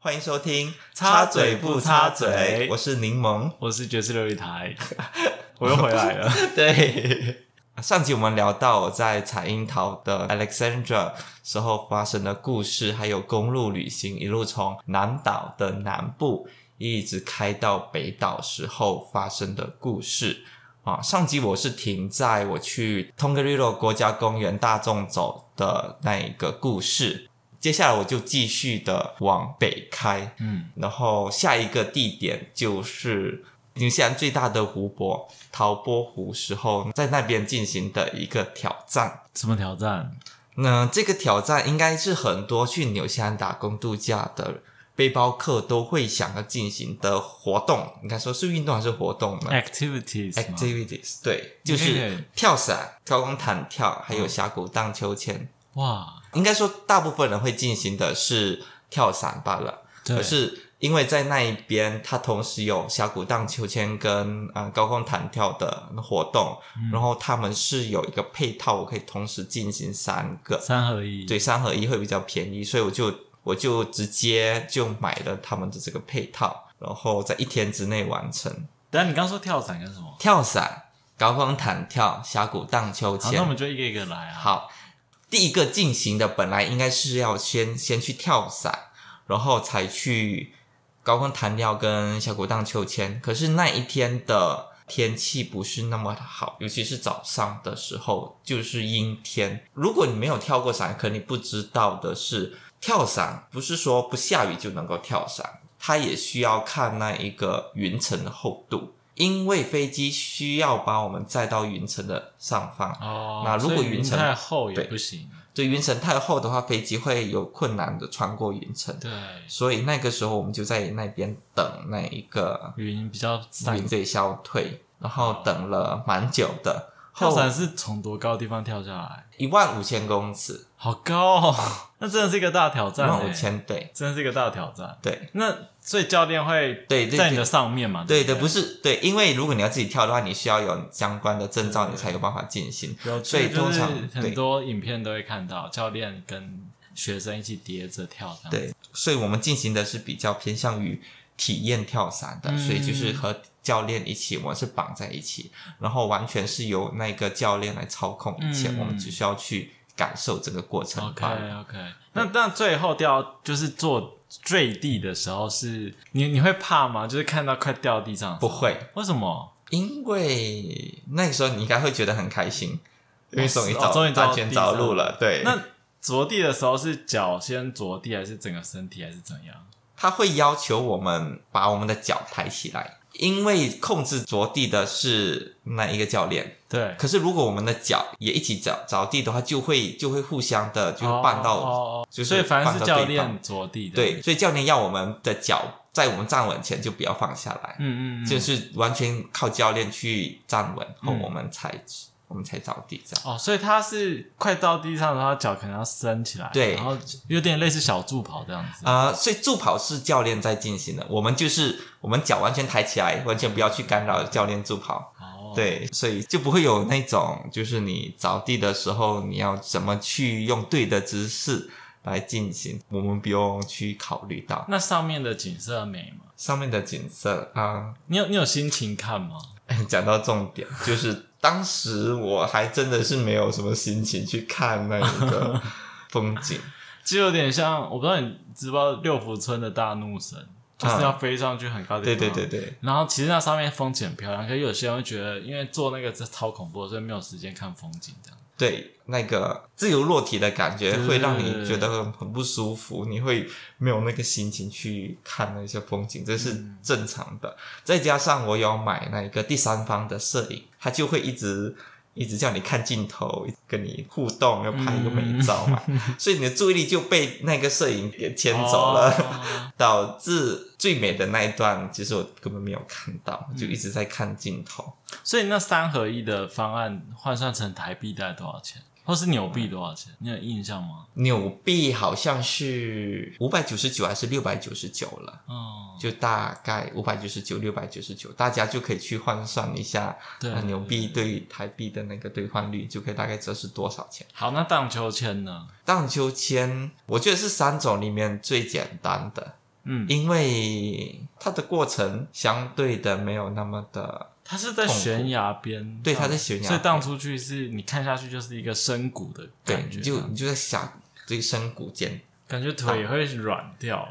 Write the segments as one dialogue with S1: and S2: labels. S1: 欢迎收听《
S2: 插
S1: 插
S2: 嘴
S1: 嘴
S2: 不
S1: 不
S2: 插
S1: 插
S2: 嘴
S1: 嘴》，我是柠檬。
S2: 我是爵士琉璃台，我又回来了。
S1: 对，上集我们聊到我在采樱桃的 Alexandra 时候发生的故事，还有公路旅行一路从南岛的南部一直开到北岛时候发生的故事。啊，上集我是停在我去 Tongariro 国家公园大众走的那一个故事，接下来我就继续的往北开，
S2: 嗯，
S1: 然后下一个地点就是纽西兰最大的湖泊陶波湖时候，在那边进行的一个挑战。
S2: 什么挑战？
S1: 那这个挑战应该是很多去纽西兰打工度假的背包客都会想要进行的活动，应该说是运动还是活动呢哎
S2: activities 吗
S1: Activities 对，
S2: 你
S1: 就
S2: 可以
S1: 是跳伞、高空弹跳，还有峡谷荡秋千。
S2: 哇，
S1: 应该说，大部分人会进行的是跳伞罢了。
S2: 对
S1: 可，是因为在那一边，它同时有峡谷荡秋千跟呃高空弹跳的活动，
S2: 嗯
S1: 然后他们是有一个配套，我可以同时进行三个，
S2: 三合一，
S1: 对，三合一会比较便宜，所以我就我就直接就买了他们的这个配套，然后在一天之内完成
S2: 但你刚刚说跳伞跟什么？
S1: 跳伞、高空弹跳、峡谷荡秋
S2: 好，
S1: 千。
S2: 那我们就一个一个来啊。
S1: 好，第一个进行的本来应该是要先先去跳伞，然后才去高空弹跳跟峡谷荡秋千。可是那一天的天气不是那么好，尤其是早上的时候就是阴天。如果你没有跳过伞，可能你不知道的是，跳伞不是说不下雨就能够跳伞，它也需要看那一个云层的厚度。因为飞机需要把我们载到云层的上方，
S2: 哦，
S1: 那如果
S2: 所以云
S1: 云层
S2: 太厚也
S1: 对
S2: 不行。
S1: 就云层太厚的话，飞机会有困难的穿过云层，
S2: 对，
S1: 所以那个时候我们就在那边等那一个
S2: 云比较散
S1: 云。最消退，然后等了蛮久的，
S2: 跳
S1: 后
S2: 伞是从多高的地方跳下来？
S1: 一万五千公尺，
S2: 好高哦！那真的是一个大挑
S1: 一
S2: 战、
S1: 万五
S2: 欸，
S1: 千对
S2: 真的是一个大挑战。
S1: 对
S2: 那所以教练会
S1: 对对
S2: 在你
S1: 对
S2: 的上面嘛？
S1: 对
S2: 对
S1: 的，
S2: 不
S1: 不是对，因为如果你要自己跳的话，你需要有相关的证照，
S2: 对
S1: 你才有办法进行。
S2: 有
S1: 所以
S2: 这个
S1: 通
S2: 就是
S1: 常
S2: 很
S1: 对
S2: 多影片都会看到教练跟学生一起叠着跳这样。
S1: 对，所以我们进行的是比较偏向于体验跳伞的，
S2: 嗯
S1: 所以就是和教练一起，我们是绑在一起，然后完全是由那个教练来操控一切，
S2: 嗯
S1: 我们只需要去感受这个过程
S2: ，OK
S1: 罢了。
S2: OK。那但最后掉就是做坠地的时候是，你你会怕吗？就是看到快掉地上的时
S1: 不
S2: 候，
S1: 会，
S2: 为什么？
S1: 因为那个时候你应该会觉得很开心，因为
S2: 哦
S1: 终于
S2: 是哦
S1: 找、
S2: 终于找到
S1: 安全
S2: 地
S1: 找
S2: 上
S1: 路了。对，
S2: 那着地的时候是脚先着地，还是整个身体，还是怎样？
S1: 他会要求我们把我们的脚抬起来，因为控制着地的是那一个教练。
S2: 对，
S1: 可是如果我们的脚也一起着着地的话，就会就会互相的就
S2: 哦
S1: 会绊到，
S2: 哦哦
S1: 就是
S2: 所以反正是
S1: 绊到
S2: 教
S1: 对
S2: 练
S1: 方
S2: 着地的。
S1: 对，，所以教练要我们的脚在我们站稳前就不要放下来，
S2: 嗯嗯嗯，
S1: 就是完全靠教练去站稳后，
S2: 嗯
S1: 我们才、我们才着地这样。
S2: 哦，所以他是快到地上的话，脚可能要伸起来，
S1: 对
S2: 然后有点类似小助跑这样子。
S1: 啊、所以助跑是教练在进行的，我们就是我们脚完全抬起来，完全不要去干扰教练助跑。
S2: 哦，
S1: 对，所以就不会有那种就是你着地的时候，你要怎么去用对的姿势来进行，我们不用去考虑到
S2: 那上面的景色美吗？
S1: 上面的景色啊。
S2: 你有你有心情看吗？
S1: 讲到重点，就是当时我还真的是没有什么心情去看那一个风景，
S2: 就有点像，我不知道你知不知道六福村的大怒神，就是要飞上去很高的地
S1: 对
S2: 方。
S1: 对对。对。
S2: 然后其实那上面风景很漂亮，可是有些人会觉得，因为做那个是超恐怖的，所以没有时间看风景这样。
S1: 对，那个自由落体的感觉会让
S2: 对对
S1: 你
S2: 对
S1: 觉得很不舒服，你会没有那个心情去看那些风景，这是
S2: 嗯
S1: 正常的。再加上我有买那个第三方的摄影，他就会一直一直叫你看镜头，一直跟你互动，要拍一个美照 嘛，所以你的注意力就被那个摄影给牵走了。
S2: 哦
S1: 导致最美的那一段，其实我根本没有看到，就一直在看镜头。
S2: 所以那三合一的方案换算成台币大概多少钱，或是纽币多少钱？你有印象吗？
S1: 纽币好像是五百九十九还是六百九十九了，
S2: 哦，
S1: 就大概五百九十九、六百九十九，大家就可以去换算一下，
S2: 对
S1: 那纽币对台币的那个兑换率，就可以大概知道是多少钱。
S2: 好，那荡秋千呢？
S1: 荡秋千，我觉得是三种里面最简单的，
S2: 嗯，
S1: 因为它的过程相对的没有那么的，
S2: 它是在
S1: 痛苦
S2: 悬崖边，
S1: 对，它在悬崖
S2: 所以
S1: 边，
S2: 荡出去是你看下去就是一个深谷的
S1: 对，
S2: 感觉，啊
S1: 你就你就在想这个深谷间
S2: 感觉腿也会软掉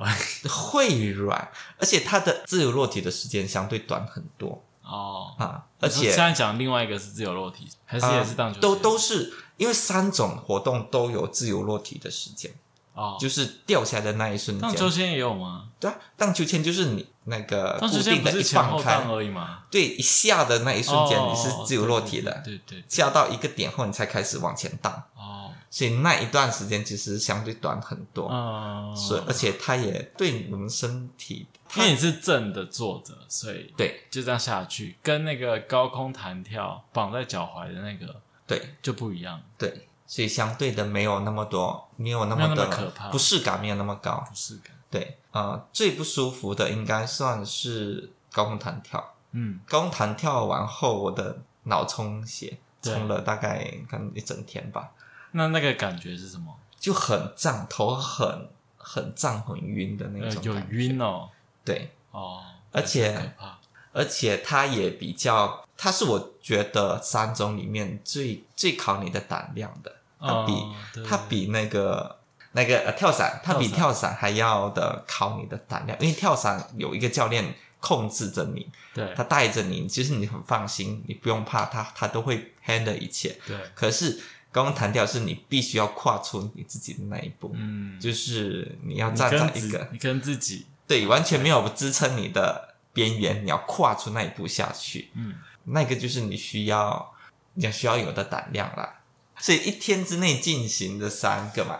S1: 会软，而且它的自由落体的时间相对短很多
S2: 哦。
S1: 啊，而
S2: 你说
S1: 且啊
S2: 现在讲另外一个是自由落体，还是也是荡秋千、
S1: 都都是因为三种活动都有自由落体的时间，
S2: 哦。
S1: 就是掉下来的那一瞬
S2: 荡秋
S1: 间。
S2: 千也有吗？
S1: 对啊，荡秋千就是你那个
S2: 荡
S1: 呃固
S2: 秋千
S1: 定
S2: 不
S1: 的
S2: 是
S1: 一
S2: 前
S1: 放
S2: 后
S1: 开
S2: 荡，而已吗？
S1: 对，一下的那一瞬间
S2: 哦
S1: 你是自由落体的，
S2: 对对对对
S1: 下到一个点后你才开始往前荡，
S2: 哦，
S1: 所以那一段时间其实相对短很多。
S2: 嗯，
S1: 哦所以而且它也对我们身体，
S2: 因
S1: 它
S2: 为你是正的坐着，所以
S1: 对
S2: 就这样下去，跟那个高空弹跳绑在脚踝的那个
S1: 对
S2: 就不一样，
S1: 对，所以相对的没有那么多，没有那
S2: 没有
S1: 么
S2: 那么
S1: 的
S2: 可怕
S1: 不适感没有那么高。
S2: 不适感。
S1: 对，呃，最不舒服的应该算是高空弹跳。
S2: 嗯，
S1: 高空弹跳完后，我的脑充血，
S2: 对
S1: 充了大概可能一整天吧，
S2: 那那个感觉是什么？
S1: 就很胀，头很很胀，很晕的那
S2: 呃，
S1: 种、
S2: 有。晕哦，
S1: 对，
S2: 哦，
S1: 而且
S2: 很可怕。
S1: 而且它也比较，它是我觉得三种里面最最考你的胆量的。它比、
S2: 哦对
S1: 它比那个那个、呃、跳伞，它比
S2: 跳
S1: 跳
S2: 伞
S1: 伞还要的考你的胆量，因为跳伞有一个教练控制着你。
S2: 对
S1: 他带着你，其实你很放心，你不用怕他，他都会 handle 一切。
S2: 对，
S1: 可是刚刚谈掉是你必须要跨出你自己的那一步，
S2: 嗯，
S1: 就是你要
S2: 你
S1: 站在
S2: 跟
S1: 一
S2: 自
S1: 个
S2: 你跟自己，
S1: 对完全没有支撑你的边缘，你要跨出那一步下去，
S2: 嗯，
S1: 那个就是你需要你要需要有的胆量啦。所以一天之内进行的三个嘛，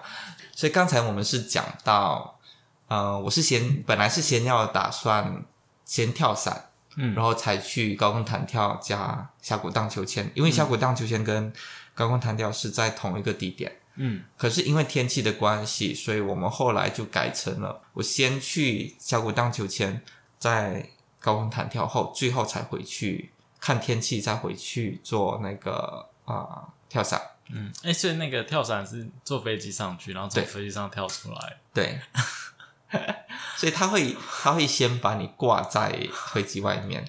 S1: 所以刚才我们是讲到，呃，我是先本来是先要打算先跳伞，
S2: 嗯
S1: 然后才去高空弹跳加峡谷荡秋千，因为峡谷
S2: 嗯
S1: 荡秋千跟高空弹跳是在同一个地点，
S2: 嗯，
S1: 可是因为天气的关系，所以我们后来就改成了我先去峡谷荡秋千，在高空弹跳后，最后才回去看天气，再回去做那个啊、呃跳伞。
S2: 嗯，哎、所以那个跳伞是坐飞机上去，然后从
S1: 对
S2: 飞机上跳出来。
S1: 对，所以他会他会先把你挂在飞机外面，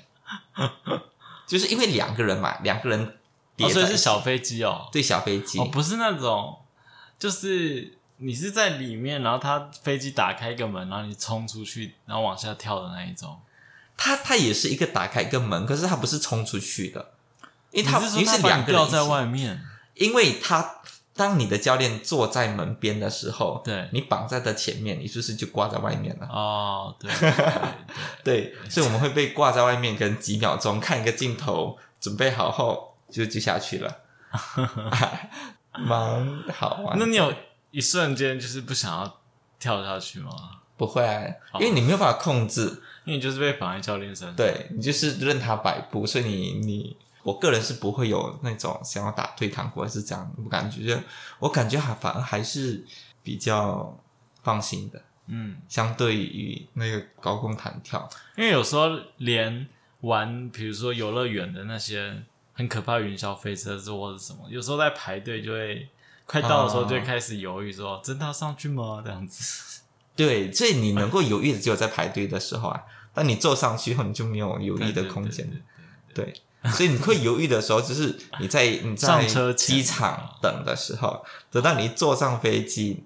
S1: 就是因为两个人嘛，两个人
S2: 哦，
S1: 叠
S2: 所以
S1: 在
S2: 是小飞机哦，
S1: 对小飞机，
S2: 哦，不是那种，就是你是在里面，然后它飞机打开一个门，然后你冲出去，然后往下跳的那一种。
S1: 它它也是一个打开一个门，可是它不是冲出去的，因为它
S2: 你是
S1: 因为是
S2: 说它把
S1: 两
S2: 你
S1: 个人
S2: 吊
S1: 一
S2: 在
S1: 起，
S2: 外面？
S1: 因为它当你的教练坐在门边的时候，
S2: 对
S1: 你绑在的前面，你是不是就挂在外面了？
S2: 哦，对，对对
S1: 对，所以我们会被挂在外面，跟几秒钟看一个镜头，准备好后就就下去 了，蛮好玩
S2: 那
S1: 的。
S2: 你有一瞬间就是不想要跳下去吗？
S1: 不会、啊，因为你没有办法控制，
S2: 因为你就是被绑在教练身上。，
S1: 对你就是任它摆布，所以你你，我个人是不会有那种想要打退堂鼓还是这样，我感觉就我感觉还反而还是比较放心的，
S2: 嗯，
S1: 相对于那个高空弹跳，
S2: 因为有时候连玩，比如说游乐园的那些很可怕的云霄飞车或者什么，有时候在排队就会快到的时候
S1: 啊
S2: 就会开始犹豫说，真的要上去吗？这样子。
S1: 对，所以你能够犹豫的只有在排队的时候啊，当你坐上去后你就没有犹豫的空间
S2: 对。对对
S1: 对，所以你会犹豫的时候，就是你在你在
S2: 上车前
S1: 机场等的时候，等到你坐上飞机，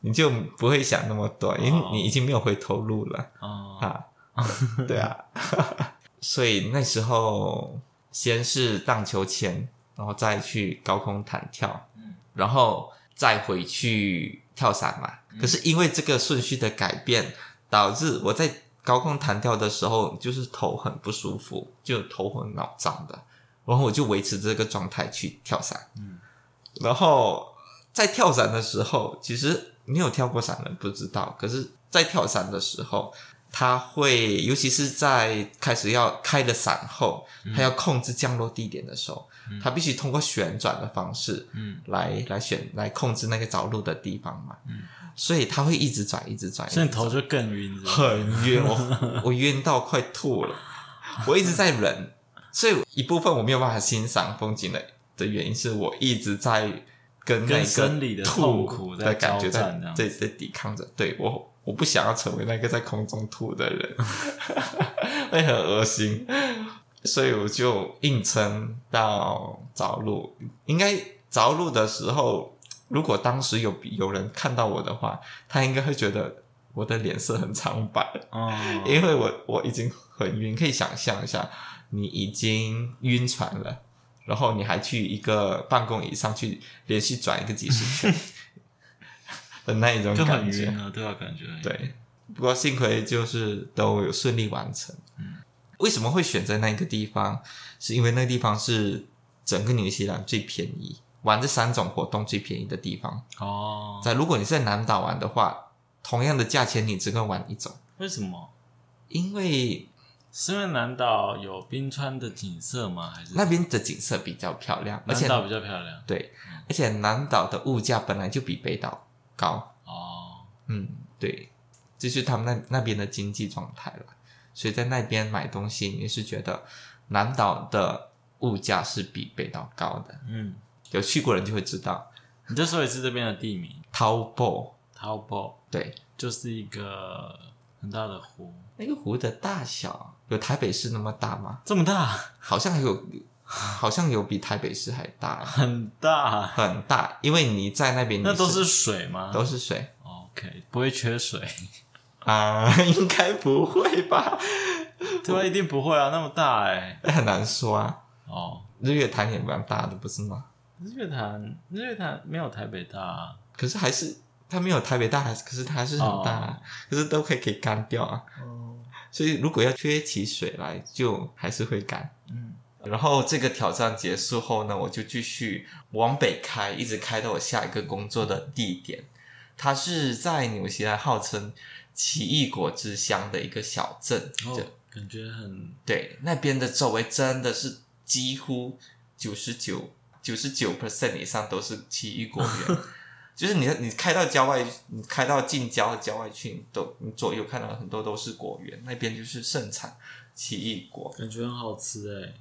S1: 你就不会想那么多，因为
S2: 哦
S1: 你已经没有回头路了
S2: 哦、
S1: 啊。 对啊， 所以那时候先是荡秋千，然后再去高空弹跳，
S2: 嗯
S1: 然后再回去跳伞嘛。可是因为这个顺序的改变，导致我在高空弹跳的时候，就是头很不舒服，就头昏脑胀的。然后我就维持这个状态去跳伞。
S2: 嗯，
S1: 然后在跳伞的时候，其实你有跳过伞的人不知道，可是，在跳伞的时候，它会，尤其是在开始要开了伞后，它要控制降落地点的时候，
S2: 嗯
S1: 它必须通过旋转的方式
S2: 嗯，
S1: 来来选来控制那个着陆的地方嘛。
S2: 嗯，
S1: 所以它会一直转，一直转，一直
S2: 所以你
S1: 转
S2: 头就更晕是不是，
S1: 很冤，我我冤到快吐了，我一直在忍，所以一部分我没有办法欣赏风景的的原因是我一直在跟那
S2: 跟
S1: 个
S2: 生理的
S1: 吐
S2: 痛苦在
S1: 的感觉
S2: 交战
S1: 在
S2: 这样
S1: 在在抵抗着，对我我不想要成为那个在空中吐的人， 会很恶心，所以我就硬撑到着陆。应该着陆的时候，如果当时有有人看到我的话，他应该会觉得我的脸色很苍白，
S2: 哦，
S1: 因为我我已经很晕，可以想象一下，你已经晕船了，然后你还去一个办公椅上去连续转一个几十 圈的那一种
S2: 就很
S1: 感觉
S2: 晕。了，对吧、啊感觉
S1: 对，不过幸亏就是都有顺利完成。
S2: 嗯
S1: 为什么会选择那个地方？是因为那个地方是整个纽西兰最便宜，玩这三种活动最便宜的地方。
S2: 哦，
S1: 在如果你是在南岛玩的话，同样的价钱你只能玩一种，
S2: 为什么？
S1: 因为
S2: 是因为南岛有冰川的景色吗？还是
S1: 那边的景色比较漂亮，而且
S2: 南岛比较漂亮？
S1: 对，而且南岛的物价本来就比北岛高。
S2: 哦，
S1: 嗯，对，这是他们那那边的经济状态了。所以在那边买东西，你是觉得南岛的物价是比北岛高的。
S2: 嗯，
S1: 有去过人就会知道，
S2: 你再说一次这边的地名，
S1: 淘宝
S2: 淘宝
S1: 对
S2: 就是一个很大的湖，
S1: 那个湖的大小有台北市那么大吗？
S2: 这么大，
S1: 好像有，好像有比台北市还大，
S2: 很大，
S1: 很大。因为你在那边你
S2: 那都是水吗？
S1: 都是水
S2: OK，不会缺水，
S1: 啊、 应该不会吧？
S2: 对吧？一定不会啊，那么大哎、
S1: 很难说啊。
S2: 哦，
S1: 日月潭也蛮大的，不是吗？
S2: 日月潭，日月潭没有台北大、啊。
S1: 可是还是它没有台北大，还是可是它还是很大、啊可是都可以给干掉啊。
S2: 哦，
S1: 所以如果要缺起水来，就还是会干。
S2: 嗯，
S1: 然后这个挑战结束后呢，我就继续往北开，一直开到我下一个工作的地点。它是在纽西兰号称奇异果之乡的一个小镇，
S2: 哦
S1: 就，
S2: 感觉很
S1: 对那边的周围真的是几乎九十九九十九 percent 以上都是奇异果园， 就是你你开到郊外，你开到近郊和郊外去，你都你左右看到很多都是果园，那边就是盛产奇异果
S2: 感觉很好吃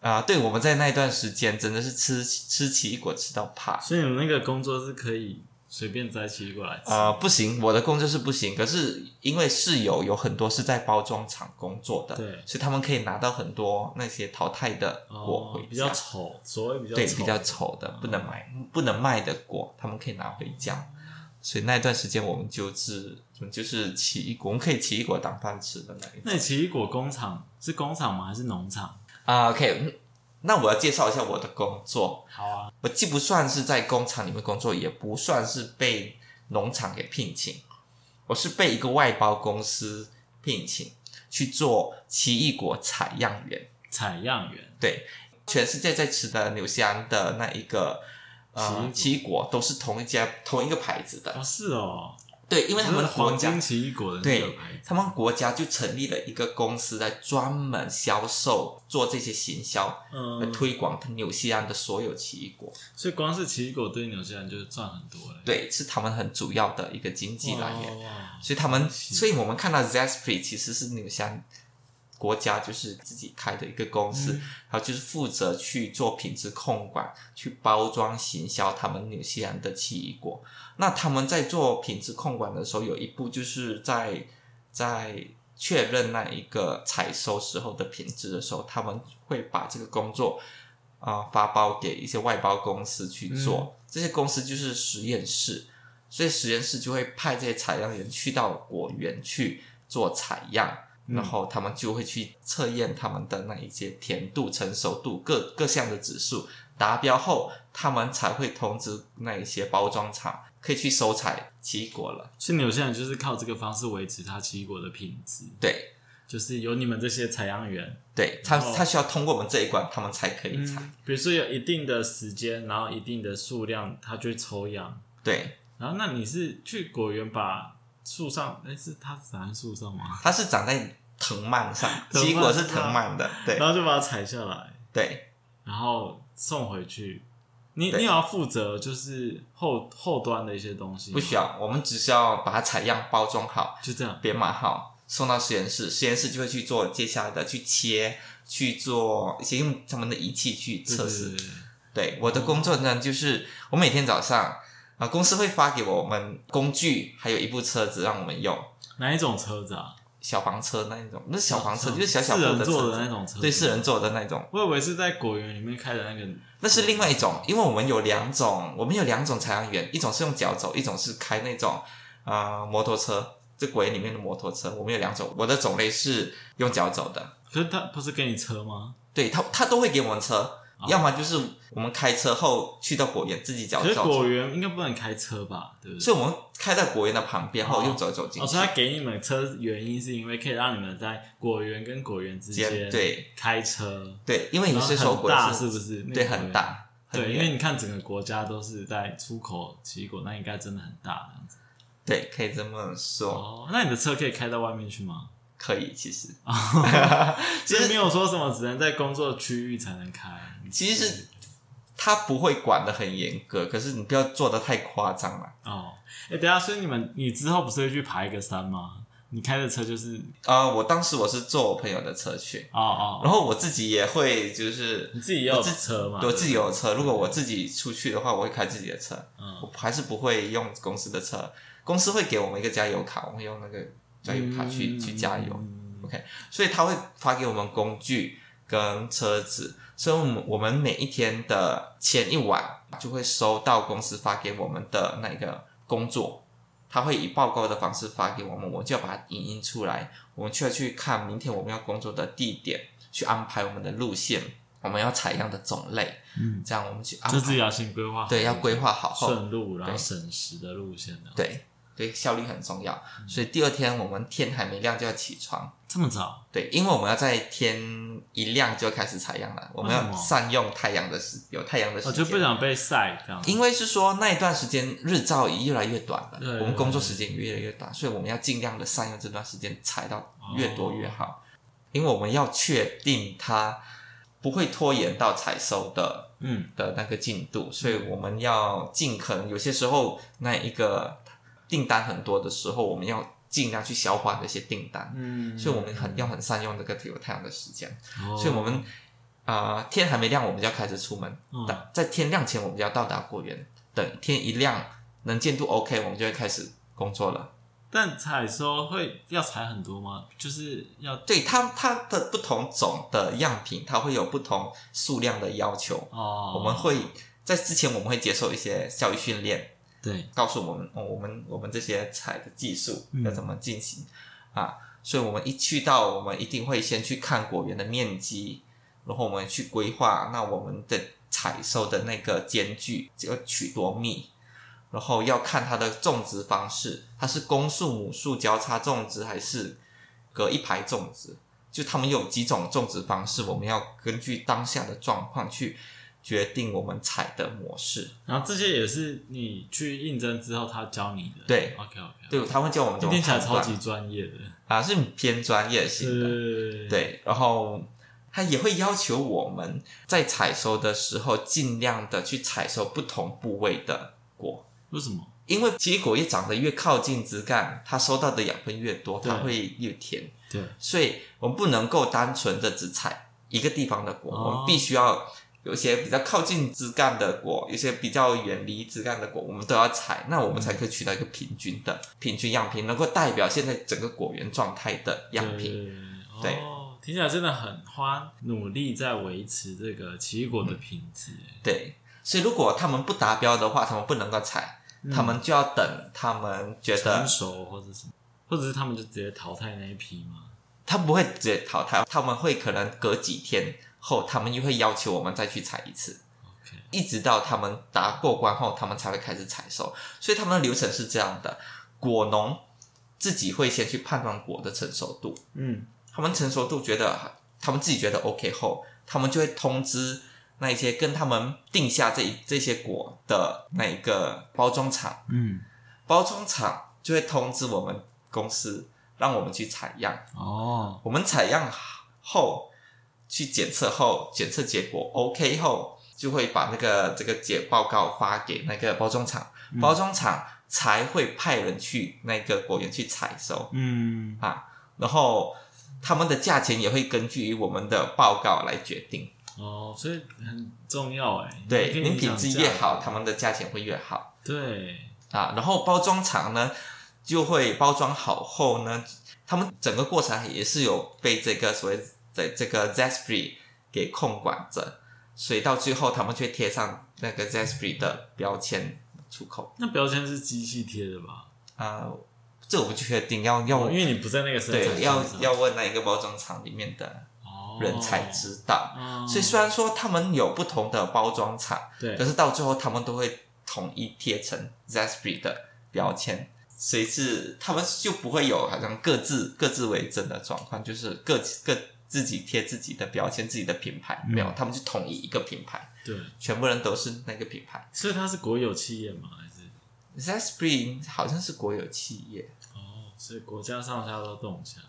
S2: 哎、
S1: 啊、对，我们在那一段时间真的是吃吃奇异果吃到怕。
S2: 所以你们那个工作是可以随便摘奇异果来吃？
S1: 啊、不行，我的工作是不行。可是因为室友有很多是在包装厂工作的，
S2: 对
S1: 所以他们可以拿到很多那些淘汰的果回
S2: 哦
S1: 家、、
S2: 比较丑，所谓比较
S1: 对
S2: 丑嗯
S1: 比较丑的不能买不能卖的果，他们可以拿回家。所以那段时间我们就是我们就是奇异果，我们可以奇异果当饭吃的那一种
S2: 那奇异果工厂是工厂吗？还是农场？
S1: 啊。OK，嗯那我要介绍一下我的工作。
S2: 好啊，
S1: 我既不算是在工厂里面工作，也不算是被农场给聘请，我是被一个外包公司聘请去做奇异果采样员。
S2: 采样员
S1: 对，全世界在吃的纽西兰的那一个呃
S2: 奇
S1: 奇异果都是同一家同一个牌子的，
S2: 哦，是哦，
S1: 对，因为他们
S2: 就是
S1: 国
S2: 黄金
S1: 家
S2: 奇异果的那个
S1: 对
S2: 牌子
S1: 他们国家就成立了一个公司来专门销售做这些行销，来
S2: 嗯，
S1: 推广纽西兰的所有奇异果，
S2: 所以光是奇异果对纽西兰就是赚很多嘞，
S1: 对，是他们很主要的一个经济来源。
S2: 源
S1: 所以他们，
S2: 哦是
S1: 所以我们看到 Zespri 其实是纽西兰国家就是自己开的一个公司，
S2: 嗯
S1: 然后就是负责去做品质控管，去包装行销他们纽西兰的奇异果。那他们在做品质控管的时候，有一步就是在在确认那一个采收时候的品质的时候，他们会把这个工作啊、呃发包给一些外包公司去做。这些公司就是实验室，所以实验室就会派这些采样员去到果园去做采样，
S2: 嗯
S1: 然后他们就会去测验他们的那一些甜度、成熟度各各项的指数达标后，他们才会通知那一些包装厂可以去收采奇异果了。
S2: 所以纽西兰就是靠这个方式维持它奇异果的品质，
S1: 对
S2: 就是有你们这些采样员，
S1: 对，他
S2: 哦
S1: 他需要通过我们这一关，他们才可以采。
S2: 嗯，比如说有一定的时间，然后一定的数量，它就会抽样。
S1: 对，
S2: 然后那你是去果园把树上，哎、是它长在树上 吗？
S1: 它是长在藤蔓上，
S2: 藤蔓啊嗯
S1: 奇异果是
S2: 上
S1: 藤蔓的。对
S2: 然后就把它采下来，
S1: 对，
S2: 然后送回去。你
S1: 对
S2: 你也要负责就是后后端的一些东西，
S1: 不需，要，我们只需要把它采样包装好，
S2: 就这样。
S1: 编码号送到实验室，实验室就会去做接下来的去切，去做一些用他们的仪器去测试。
S2: 对对对对
S1: 对我的工作呢，就是我每天早上啊，公司会发给我们工具，还有一部车子让我们用，
S2: 哪一种车子啊？
S1: 小黄车那一种，不是小黄车，就是小小
S2: 四
S1: 部
S2: 人
S1: 的
S2: 坐
S1: 车
S2: 的那
S1: 子，
S2: 种车子，
S1: 对，四人座的那种。
S2: 我以为是在果园里面开的那个，
S1: 那是另外一种，因为我们有两种，我们有两种裁量员，一种是用脚走，一种是开那种啊、呃摩托车，这果园里面的摩托车，我们有两种。我的种类是用脚走的，
S2: 可是他不是给你车吗？
S1: 对他他都会给我们车，
S2: 啊
S1: 要么就是我们开车后去到果园自己脚
S2: 可是
S1: 走，
S2: 果园应该不能开车吧？对不对？
S1: 所以我们开到果园的旁边后
S2: 哦
S1: 又走走进
S2: 哦，
S1: 去
S2: 所以，他给你们车原因是因为可以让你们在果园跟果园之间
S1: 间对
S2: 开车，
S1: 对，因为
S2: 然
S1: 你
S2: 后
S1: 是说
S2: 很
S1: 果园
S2: 大是不是？那个
S1: 对，
S2: 果
S1: 很
S2: 园。
S1: 大，很
S2: 对，因为
S1: 远，
S2: 你看整个国家都是在出口奇异果，那应该真的很大这样子。
S1: 对，可以这么说，
S2: 哦，那你的车可以开到外面去吗？
S1: 可以，其实，其
S2: 其实
S1: 实
S2: 没有说什么，只能在工作区域才能开。
S1: 其实他不会管的很严格，可是你不要做的太夸张了。
S2: 哦，哎、等一下，所以你们你之后不是会去爬一个山吗？你开的车就是
S1: 呃，我当时我是坐我朋友的车去，
S2: 哦哦，
S1: 然后我自己也会就是
S2: 你自己也有
S1: 我自
S2: 车嘛？
S1: 我自己
S2: 对不
S1: 有车，如果我自己出去的话，我会开自己的车，
S2: 对，嗯，
S1: 我还是不会用公司的车。公司会给我们一个加油卡，我会用那个加油卡去、去加油。
S2: 嗯
S1: 所以他会发给我们工具跟车子，所以我们我们每一天的前一晚就会收到公司发给我们的那个工作，他会以报告的方式发给我们，我就要把它影印出来，我们就要去看明天我们要工作的地点，去安排我们的路线，我们要采样的种类，
S2: 嗯，
S1: 这样我们去安
S2: 就自己
S1: 排，
S2: 要先规划，
S1: 对，要规划好后，
S2: 顺路，然后省时的路线啊的。，
S1: 对对，效率很重要，
S2: 嗯
S1: 所以第二天我们天还没亮就要起床。
S2: 这么早？
S1: 对，因为我们要在天一亮就开始采样了，我们
S2: 为什
S1: 要
S2: 么
S1: 善用太阳的时，有太阳的时
S2: 我
S1: 间。
S2: 哦就不想被晒这样。
S1: 因为是说那一段时间日照也越来越短了，
S2: 对
S1: 我们工作时间也越来越短，所以我们要尽量的善用这段时间，采到
S2: 哦
S1: 越多越好，因为我们要确定它不会拖延到采收的
S2: 嗯，
S1: 的那个进度，所以我们要尽可能，有些时候那一个订单很多的时候，我们要尽量去消化那些订单。
S2: 嗯，
S1: 所以我们很要很善用这个有太阳的时间，
S2: 哦，
S1: 所以我们啊、呃天还没亮，我们就要开始出门。
S2: 嗯
S1: 但在天亮前，我们就要到达果园。等天一亮，能见度 OK，我们就会开始工作了。
S2: 但采收会要采很多吗？就是要
S1: 对它，它的不同种的样品，它会有不同数量的要求。
S2: 哦，
S1: 我们会在之前，我们会接受一些教育训练，
S2: 对
S1: 告诉我们，哦、我们我们这些采的技术
S2: 嗯
S1: 要怎么进行、啊。所以我们一去到，我们一定会先去看果园的面积，然后我们去规划那我们的采收的那个间距要取多密，然后要看它的种植方式，它是公树母树交叉种植还是隔一排种植？就他们有几种种植方式，我们要根据当下的状况去决定我们采的模式。
S2: 然后这些也是你去应征之后他教你的，
S1: 对
S2: ，OK OK，，
S1: 对，他会教我们怎么
S2: 这听起来
S1: 判
S2: 超
S1: 断
S2: 级专业的，
S1: 啊，是偏专业型的，
S2: 是，，
S1: 对。然后他也会要求我们在采收的时候，尽量的去采收不同部位的果，
S2: 为什么？
S1: 因为奇异果越长得越靠近枝干，它收到的养分越多，它
S2: 对
S1: 会越甜。
S2: 对，
S1: 所以我们不能够单纯的只采一个地方的果，
S2: 哦
S1: 我们必须要有一些比较靠近枝干的果，有一些比较远离枝干的果，我们都要采，那我们才可以取到一个平均的
S2: 嗯
S1: 平均样品，能够代表现在整个果园状态的样品。
S2: 对
S1: 对
S2: 哦，听起来真的很花努力在维持这个奇异果的品质。
S1: 对，所以如果他们不达标的话，他们不能够采，
S2: 嗯
S1: 他们就要等他们觉
S2: 成
S1: 得
S2: 熟或者什么，或者是他们就直接淘汰那一批嘛。
S1: 他们不会直接淘汰，他们会可能隔几天后，他们又会要求我们再去采一次。
S2: OK，
S1: 一直到他们达过关后，他们才会开始采收。所以他们的流程是这样的：果农自己会先去判断果的成熟度，
S2: 嗯，
S1: 他们成熟度觉得他们自己觉得 OK 后，他们就会通知那一些跟他们定下这一这些果的那一个包装厂，
S2: 嗯，
S1: 包装厂就会通知我们公司，让我们去采样。
S2: 哦，
S1: 我们采样后去检测后，检测结果 OK 后，就会把那个这个结报告发给那个包装厂，
S2: 嗯
S1: 包装厂才会派人去那个果园去采收，啊
S2: 嗯，
S1: 然后他们的价钱也会根据于我们的报告来决定。
S2: 哦，所以很重要哎。
S1: 对，
S2: 你可以
S1: 您品
S2: 影响
S1: 质
S2: 价
S1: 越
S2: 格
S1: 好，他们的价钱会越好。
S2: 对，
S1: 啊，然后包装厂呢就会包装好后呢，他们整个过程也是有被这个所谓的这个 Zespri 给控管着，所以到最后他们就会贴上那个 Zespri 的标签出口
S2: 那标签是机器贴的吧？
S1: 啊、这我不确定，要要、
S2: 哦因为你不在那个生产
S1: 对要
S2: 线上
S1: 要问那一个包装厂里面的
S2: 啊哦
S1: 人才知道。
S2: 哦
S1: 所以虽然说他们有不同的包装厂，
S2: 对
S1: 可，是到最后他们都会统一贴成 Zespri 的标签，所以是他们就不会有好像各自各自为政的状况，就是各各自己贴自己的标签、自己的品牌，
S2: 嗯
S1: 没有，他们就统一一个品牌，
S2: 对，
S1: 全部人都是那个品牌。
S2: 所以它是国有企业嘛，还是
S1: Zespri 好像是国有企业，
S2: 哦，所以国家上下都动起来。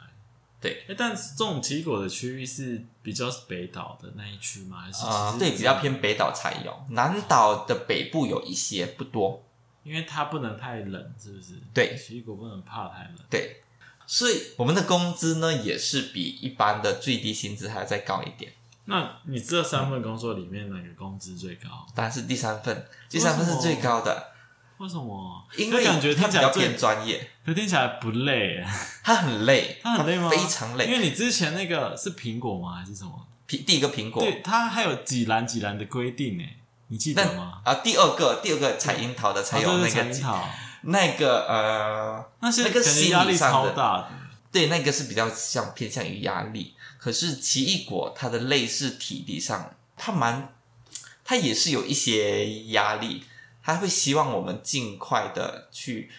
S1: 对
S2: 诶，但是这种奇异果的区域是比较是北岛的那一区吗？还是
S1: 啊、
S2: 其实
S1: 对，比较，偏北岛才有，南岛的北部有一些，不多。
S2: 因为它不能太冷，是不是？
S1: 对
S2: 奇异果不能怕太冷。
S1: 对，所以我们的工资呢也是比一般的最低薪资还要再高一点。
S2: 那你这三份工作里面哪个工资最高？
S1: 当然是第三份，第三份是最高的，
S2: 为什么？
S1: 因
S2: 可
S1: 为
S2: 是感觉
S1: 它比
S2: 听起
S1: 较
S2: 来最
S1: 偏，专业，
S2: 可听起来不累耶，
S1: 它很累，
S2: 它很累吗
S1: 非常
S2: 因
S1: 累。
S2: 为你之前那个是苹果吗？还是什么？
S1: 苹第一个苹果，
S2: 对，它还有几栏几栏的规定呢，你记得吗？
S1: 那啊第二个第二个采樱桃的才有
S2: 哦
S1: 那
S2: 对对
S1: 个
S2: 彩
S1: 几
S2: 樱桃，
S1: 那个呃，
S2: 那些
S1: 那
S2: 感
S1: 个
S2: 觉
S1: 心
S2: 压
S1: 理
S2: 力
S1: 上
S2: 超
S1: 的
S2: 大的。
S1: 对，那个是比较像偏向于压力。可是奇异果它的累是体力上，它蛮，它也是有一些压力，它会希望我们尽快的去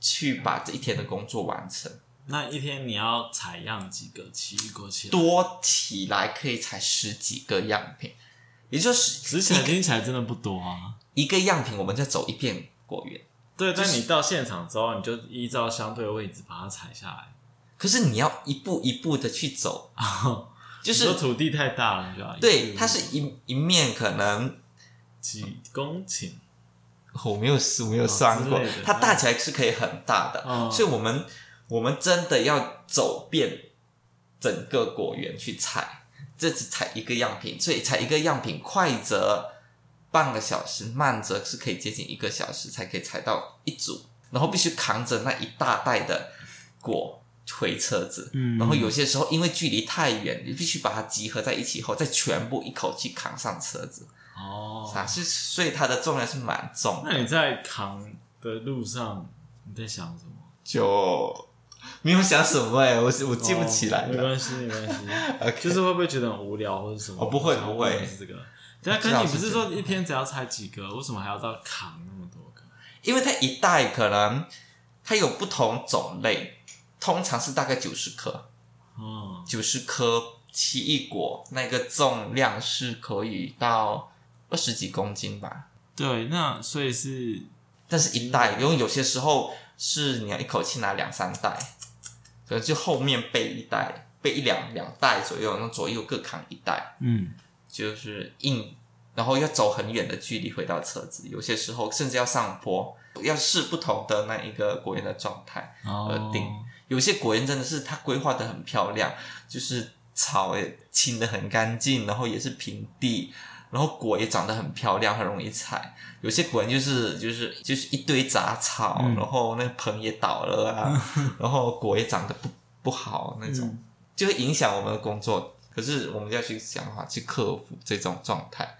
S1: 去把这一天的工作完成。
S2: 那一天你要采样几个奇异果起来？
S1: 多起来可以才十几个样品，也就是
S2: 之前听起来真的不多啊。
S1: 一个样品我们就走一片果园。
S2: 对，但你到现场之后，你就依照相对位置把它采下来。
S1: 可是你要一步一步的去走， 就
S2: 你
S1: 是
S2: 说土嗯地太大了，你就要一
S1: 对，
S2: 步
S1: 它是一一面可能
S2: 几公顷，
S1: 我没有我没有算过
S2: 哦之类的，哎
S1: 它大起来是可以很大的，
S2: 嗯
S1: 所以我们我们真的要走遍整个果园去采，这只采一个样品，所以采一个样品快则半个小时，慢则是可以接近一个小时才可以采到一组，然后必须扛着那一大袋的果回车子，
S2: 嗯
S1: 然后有些时候因为距离太远，你必须把它集合在一起后，再全部一口气扛上车子
S2: 哦。
S1: 啊，是所以它的重量是蛮重的。
S2: 那你在扛的路上，你在想什么？
S1: 就没有想什么哎、我是我 记不起来
S2: 哦没
S1: 了。
S2: 关系，没关系。
S1: OK
S2: 就是会不会觉得很无聊或者什么？
S1: 哦不会
S2: 想要
S1: 不会
S2: 问的是这个。对啊，
S1: 我知
S2: 可是
S1: 道
S2: 你不
S1: 是这
S2: 是说一天只要采几个，为什么还要到扛那么多个？
S1: 因为它一袋可能它有不同种类，通常是大概九十颗，
S2: 嗯，
S1: 九十颗奇异果那个重量是可以到二十几公斤吧，
S2: 对，那所以是
S1: 但是一袋，因为有些时候是你要一口气拿两三袋，可能就后面备一袋，备一两两袋左右，那左右各扛一袋。
S2: 嗯，
S1: 就是硬，然后要走很远的距离回到车子，有些时候甚至要上坡，要试不同的那一个果园的状态。
S2: 哦
S1: 而定有些果园真的是它规划的很漂亮，就是草也清的很干净，然后也是平地，然后果也长得很漂亮，很容易采。有些果园就是就是就是一堆杂草，
S2: 嗯
S1: 然后那个棚也倒了啊，然后果也长得不不好那种。
S2: 嗯
S1: 就会影响我们的工作。可是我们要去想办法去克服这种状态。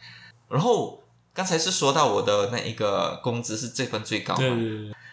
S1: 然后刚才是说到我的那一个工资是这份最高嘛，
S2: 对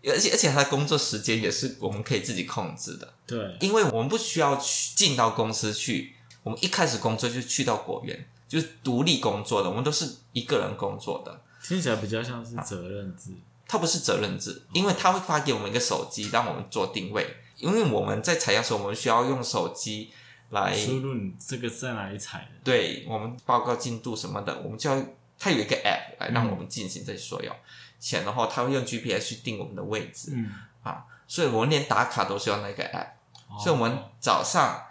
S2: 对
S1: 而且而且他的工作时间也是我们可以自己控制的，
S2: 对对，
S1: 因为我们不需要去进到公司去，我们一开始工作就去到果园，就是独立工作的，我们都是一个人工作的。
S2: 听起来比较像是责任制。
S1: 它不是责任制，因为它会发给我们一个手机，让我们做定位。因为我们在采样的时候，我们需要用手机来
S2: 输入你这个在哪里采的？
S1: 对我们报告进度什么的，我们就要它有一个 app 来让我们进行这所有，前然后它会用 GPS 去定我们的位置，
S2: 嗯，
S1: 所以我们连打卡都是用那个 app，、
S2: 哦
S1: 所以我们早上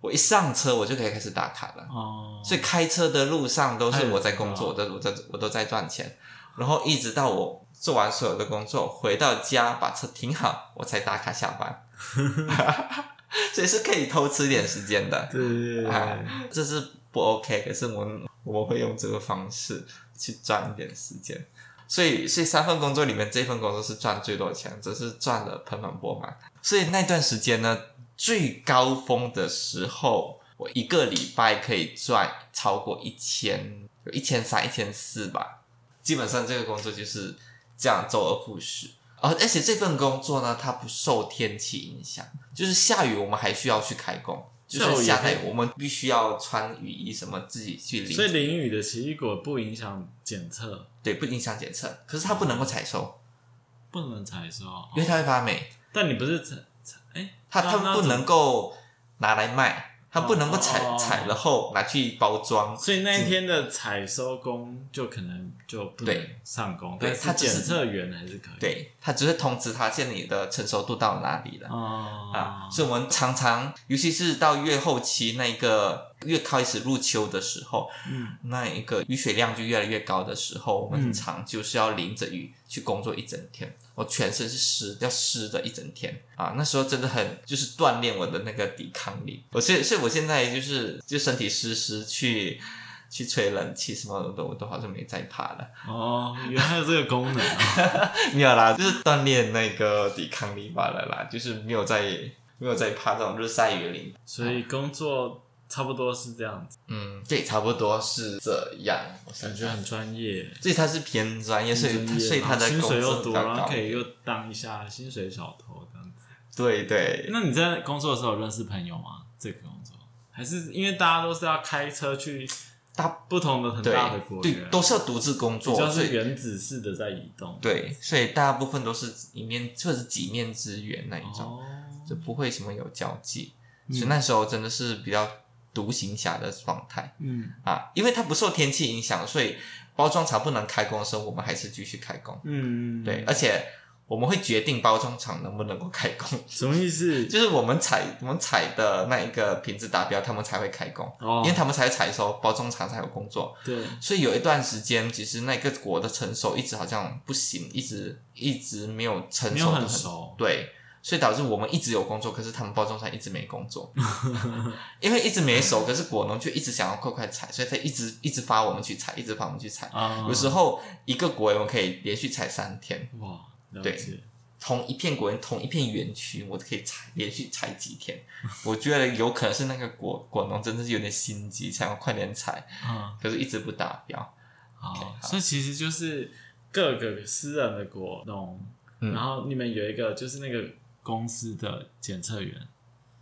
S1: 我一上车我就可以开始打卡了，
S2: 哦，哎
S1: 所以开车的路上都是我在工作，我在我在我都在赚钱，然后一直到我做完 所有的工作回到家把车停好，我才打卡下班。所以是可以偷吃一点时间的。
S2: 对对对
S1: 啊，这是不 OK，可是我们我们会用这个方式去赚一点时间。所以，所以三份工作里面，这份工作是赚最多钱，只是赚的盆满钵满。所以那段时间呢，最高峰的时候，我一个礼拜可以赚超过一千，有一千三、一千四吧。基本上这个工作就是这样周而复始。而而且这份工作呢，它不受天气影响，就是下雨我们还需要去开工，就
S2: 下雨
S1: 是
S2: 也
S1: 下
S2: 可以
S1: 太我们必须要穿雨衣什么自己去
S2: 所以
S1: 淋，
S2: 淋雨的奇异果不影响检测，
S1: 对，不影响检测。可是它不能够采收，
S2: 不能采收。哦
S1: 因为它会发霉。
S2: 但你不是采采哎，
S1: 它
S2: 那
S1: 它
S2: 那
S1: 不
S2: 怎么
S1: 能够拿来卖，它不能够采
S2: 哦哦哦
S1: 采了后拿去包装。
S2: 哦所以那一天的采收工就可能就不能
S1: 对
S2: 上工，
S1: 对
S2: 但
S1: 他
S2: 是
S1: 只
S2: 检
S1: 是
S2: 测员还是可以。
S1: 对，它只是通知它现在你的成熟度到哪里了。
S2: 哦
S1: 啊，所以我们常常，尤其是到越后期那个越开始入秋的时候，
S2: 嗯，
S1: 那一个雨水量就越来越高的时候，我们
S2: 嗯
S1: 很常就是要淋着雨去工作一整天，我全身是湿，要湿的一整天啊。那时候真的很就是锻炼我的那个抵抗力。我现所以我现在就是就身体湿湿去去吹冷气什么的，我都好像没在怕了。
S2: 哦，原来有这个功能啊！
S1: 没有啦， 就是锻炼那个抵抗力罢了啦，就是没有在没有在怕这种日晒雨淋。
S2: 所以工作差不多是这样子，
S1: 嗯，对，差不多是这样。我想
S2: 感
S1: 想
S2: 觉很专业。
S1: 所以他是偏专业，所以他
S2: 很专业
S1: 所以他
S2: 然后
S1: 的
S2: 薪
S1: 工
S2: 水又
S1: 资比
S2: 多，
S1: 较
S2: 然后
S1: 高
S2: 可。以又当一下薪水小偷这样子。
S1: 对对，
S2: 那你在工作的时候有认识朋友吗？这个工作还是因为大家都是要开车去
S1: 大
S2: 不同的很
S1: 对
S2: 大的国
S1: 对
S2: 家，
S1: 都是要独自工
S2: 比较
S1: 作，所
S2: 是
S1: 以
S2: 原子式的在移动。哦
S1: 对，所以大部分都是一面或者是几面之缘那一种，
S2: 哦，
S1: 就不会什么有交际，
S2: 嗯
S1: 所以那时候真的是比较独行侠的状态
S2: 嗯
S1: 啊，因为它不受天气影响，所以包装厂不能开工的时候，我们还是继续开工，
S2: 嗯，
S1: 对，而且我们会决定包装厂能不能够开工，
S2: 什么意思？
S1: 就是我们采我们采的那一个品质达标，他们才会开工。
S2: 哦
S1: 因为他们才采收，包装厂才有工作，
S2: 对，
S1: 所以有一段时间，其实那个果的成熟一直好像不行，一直一直没有成
S2: 没有
S1: 熟的
S2: 很熟，
S1: 对，所以导致我们一直有工作，可是他们包装厂一直没工 作，因为一直没熟，可是果农就一直想要快快采，所以他一直一直发我们去采，一直发我们去采。
S2: 啊，
S1: 有时候一个果园我可以连续采三天，
S2: 哇，了
S1: 对
S2: 解，
S1: 同一片果园、同一片园区，我可以采连续采几天。我觉得有可能是那个果果农真的是有点心急，想要快点采。
S2: 嗯，
S1: 可是一直不达标。
S2: 好，
S1: 好
S2: 所以其实就是各个私人的果农，
S1: 嗯
S2: 然后你们有一个就是那个公司的检测员，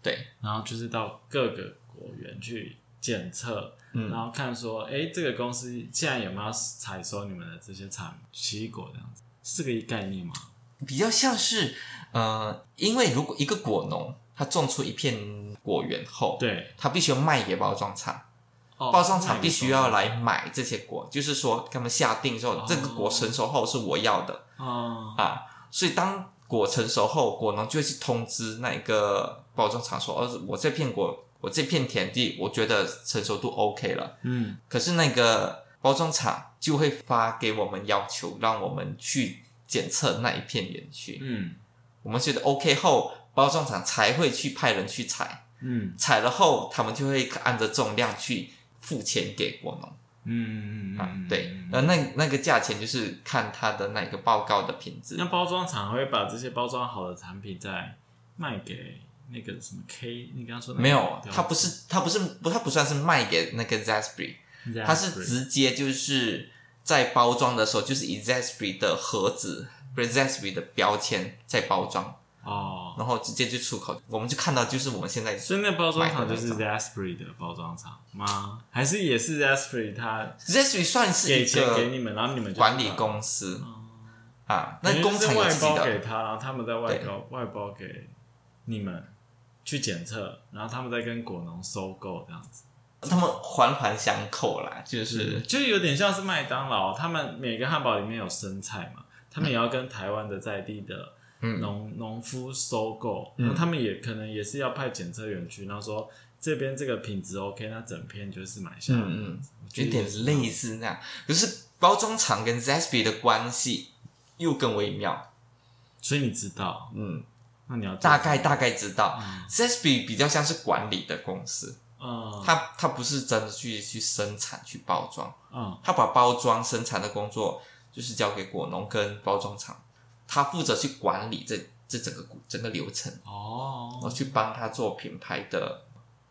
S1: 对，
S2: 然后就是到各个果园去检测，然
S1: 嗯，
S2: 后看说，哎，这个公司现在有没有采收你们的这些产奇异果这样子，是这个概念吗？
S1: 比较像是呃，因为如果一个果农他种出一片果园后，，
S2: 对，
S1: 他必须要卖给包装厂，
S2: 哦
S1: 包装厂必须要，
S2: 那
S1: 来买这些果，就是说他们下定说、
S2: 哦
S1: 这个果成熟后是我要的
S2: 你说哦，
S1: 啊，所以当果成熟后，果农就会去通知那一个包装厂说，哦，我这片果，我这片田地，我觉得成熟度 OK 了。
S2: 嗯，
S1: 可是那个包装厂就会发给我们要求，让我们去检测那一片园区。
S2: 嗯，
S1: 我们觉得 OK 后，包装厂才会去派人去采，
S2: 嗯，
S1: 采了后他们就会按着重量去付钱给果农
S2: 嗯，嗯
S1: 啊
S2: 嗯，。
S1: 对
S2: 嗯，
S1: 那那那个价钱就是看它的那个报告的品质
S2: 那。包装厂会把这些包装好的产品再卖给那个什么 K，你刚刚说那个
S1: 没有，
S2: 对吧
S1: 它不是，它不是不，它不算是卖给那个 Zaspri，
S2: Raspberry
S1: 它是直接就是在包装的时候，就是以 Zaspri 的盒子不是 Zaspri 的标签在包装，
S2: 哦，
S1: 然后直接就出口，我们就看到就是我们现在
S2: 所以那包装厂就是 z
S1: 买
S2: a s p r i 的包装厂吗？还是也是 z a s p r i 它
S1: Zaspri 算是
S2: 给
S1: 一
S2: 钱给你
S1: 个
S2: 们，然后你们就
S1: 管理公司
S2: 哦，
S1: 啊，
S2: 等
S1: 那
S2: 于
S1: 工
S2: 是
S1: 厂有
S2: 外
S1: 自己
S2: 包给
S1: 的，
S2: 他，然后他们在外
S1: 对
S2: 包外包给你们去检测，然后他们再跟果农收购这样子。
S1: 他们环环相扣啦，就是
S2: 就有点像是麦当劳，他们每个汉堡里面有生菜嘛，他们也要跟台湾的在地的
S1: 嗯
S2: 农农、夫收购，
S1: 嗯
S2: 那、他们也可能也是要派检测员去，然后说这边这个品质 OK，那整片就是买下来。
S1: 嗯嗯，
S2: 我觉
S1: 有
S2: 得
S1: 点
S2: 也是
S1: 类似那样。可是包装厂跟 Zaspri 的关系又更微妙，
S2: 所以你知道，
S1: 嗯，
S2: 那你要
S1: 大概大概知道。
S2: 嗯
S1: CSB 比较像是管理的公司，
S2: 嗯
S1: 它它不是真的去去生产去包装，
S2: 嗯
S1: 他把包装生产的工作就是交给果农跟包装厂，他负责去管理这这整个过整个流程，我
S2: 哦
S1: 去帮他做品牌的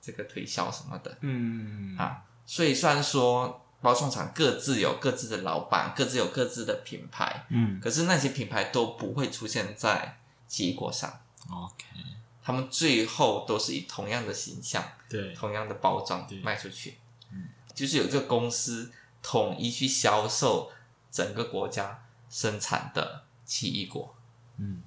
S1: 这个推销什么的。
S2: 嗯
S1: 啊所以虽然说包装厂各自有各自的老板，各自有各自的品牌，
S2: 嗯
S1: 可是那些品牌都不会出现在结果上，
S2: OK
S1: 他们最后都是以同样的形象
S2: 对
S1: 同样的包装
S2: 对
S1: 卖出去，
S2: 嗯，
S1: 就是有这个公司统一去销售整个国家生产的奇异果。
S2: 嗯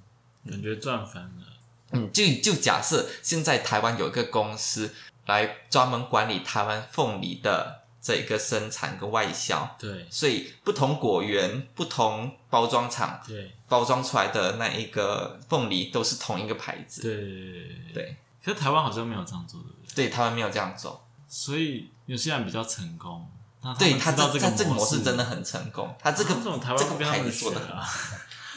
S2: 感觉赚翻了
S1: 嗯，就就假设现在台湾有一个公司来专门管理台湾凤梨的这一个生产跟外销，
S2: 对
S1: 所以不同果园、不同包装厂
S2: 对
S1: 包装出来的那一个凤梨都是同一个牌
S2: 对
S1: 子。
S2: 对对对对，
S1: 对
S2: 可是台湾好像没有这样做对不对？
S1: 对，台湾没有这样做。
S2: 所以纽西兰比较成功，那
S1: 对
S2: 他
S1: 他
S2: 们
S1: 这
S2: 知道
S1: 他这
S2: 个
S1: 个模式
S2: 式
S1: 真的很成功，他这个
S2: 这种台湾
S1: 这
S2: 不
S1: 个
S2: 跟他
S1: 牌
S2: 们
S1: 子做的
S2: 学
S1: 很
S2: 啊，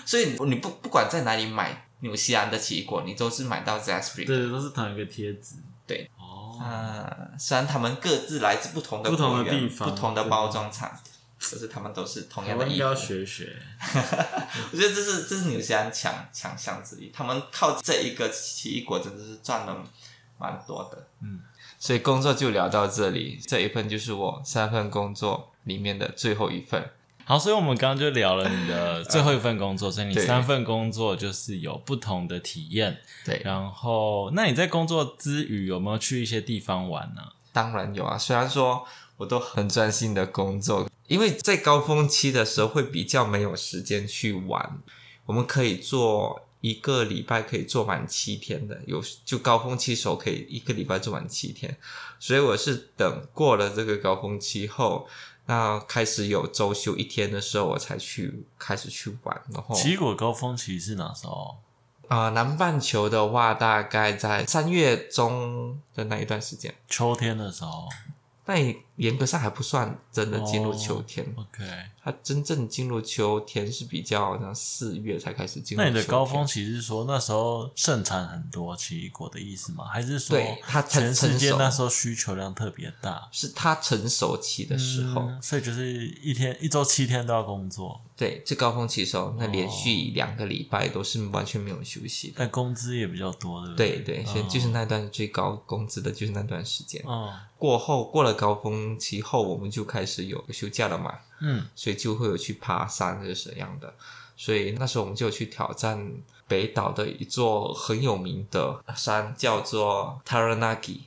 S1: 所以你不不管在哪里买纽西兰的奇异果，你都是买到 z a s p r i
S2: 对，都是同一个贴纸。
S1: 对，
S2: 哦，
S1: 啊、虽然他们各自来自不同的
S2: 不同的
S1: 果园
S2: 地方
S1: 不同的包装厂，可是他们都是同
S2: 台
S1: 样的
S2: 湾应
S1: 衣
S2: 该
S1: 服。
S2: 要学学。
S1: 我觉得这是这是纽西兰强强项之一，他们靠这一个奇异果真的是赚了蛮多的。
S2: 嗯，
S1: 所以工作就聊到这里，这一份就是我三份工作里面的最后一份。
S2: 好，所以我们刚刚就聊了你的最后一份 工作，所以你
S1: 对
S2: 三份工作就是有不同的体验。
S1: 对，
S2: 然后，那你在工作之余有没有去一些地方玩呢、
S1: 当然有啊，虽然说我都很专心的工作，因为在高峰期的时候会比较没有时间去玩。我们可以做一个礼拜可以做满七天的，有就高峰期时候可以一个礼拜做满七天，所以我是等过了这个高峰期后，那开始有周休一天的时候，我才去开始去玩。然后
S2: 奇异果高峰期是哪时候？
S1: 啊、呃南半球的话，大概在三月中的那一段时间。
S2: 秋天的时候。
S1: 但严格上还不算真的进
S2: 哦
S1: 入秋天，
S2: OK，
S1: 它真正进入秋天是比较像四月才开始进入
S2: 那
S1: 秋天。
S2: 你的高峰期是说那时候盛产很多奇异果的意思吗？还是说
S1: 对它才
S2: 全世界
S1: 成熟
S2: 那时候需求量特别大
S1: 是它成熟期的时候，
S2: 嗯所以就是一天一周七天都要工作，
S1: 对，最高峰期的时候，那连
S2: 哦
S1: 续两个礼拜都是完全没有休息的。
S2: 但工资也比较多，对不
S1: 对
S2: 对
S1: 对，所以
S2: 嗯
S1: 就是那段最高工资的，就是那段时间。
S2: 嗯
S1: 过后过了高峰期后，我们就开始有休假了嘛，
S2: 嗯
S1: 所以就会有去爬山是怎样的。所以那时候我们就有去挑战北岛的一座很有名的山，叫做 Taranaki。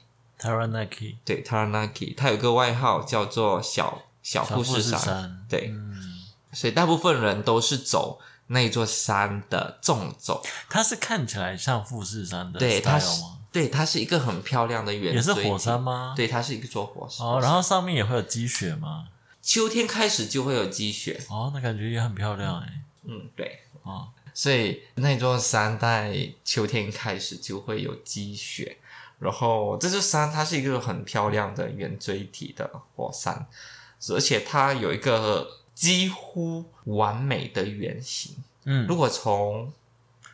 S2: ，Taranaki
S1: 对，Taranaki，它有个外号叫做小小
S2: 小
S1: 哦富士山。
S2: 山，
S1: 对
S2: 嗯，
S1: 所以大部分人都是走那座山的纵走。
S2: 它是看起来像富士山的
S1: 对，它
S2: style
S1: 是
S2: 吗？
S1: 对，它是一个很漂亮的圆
S2: 也是
S1: 锥体
S2: 火山？吗？
S1: 对，它是一个座火山。
S2: 哦，然后上面也会有积雪吗？
S1: 秋天开始就会有积雪。
S2: 哦，那感觉也很漂亮哎，
S1: 嗯，对。
S2: 哦，
S1: 所以那座山在秋天开始就会有积雪，然后这座山它是一个很漂亮的圆锥体的火山，而且它有一个几乎完美的圆形。
S2: 嗯
S1: 如果从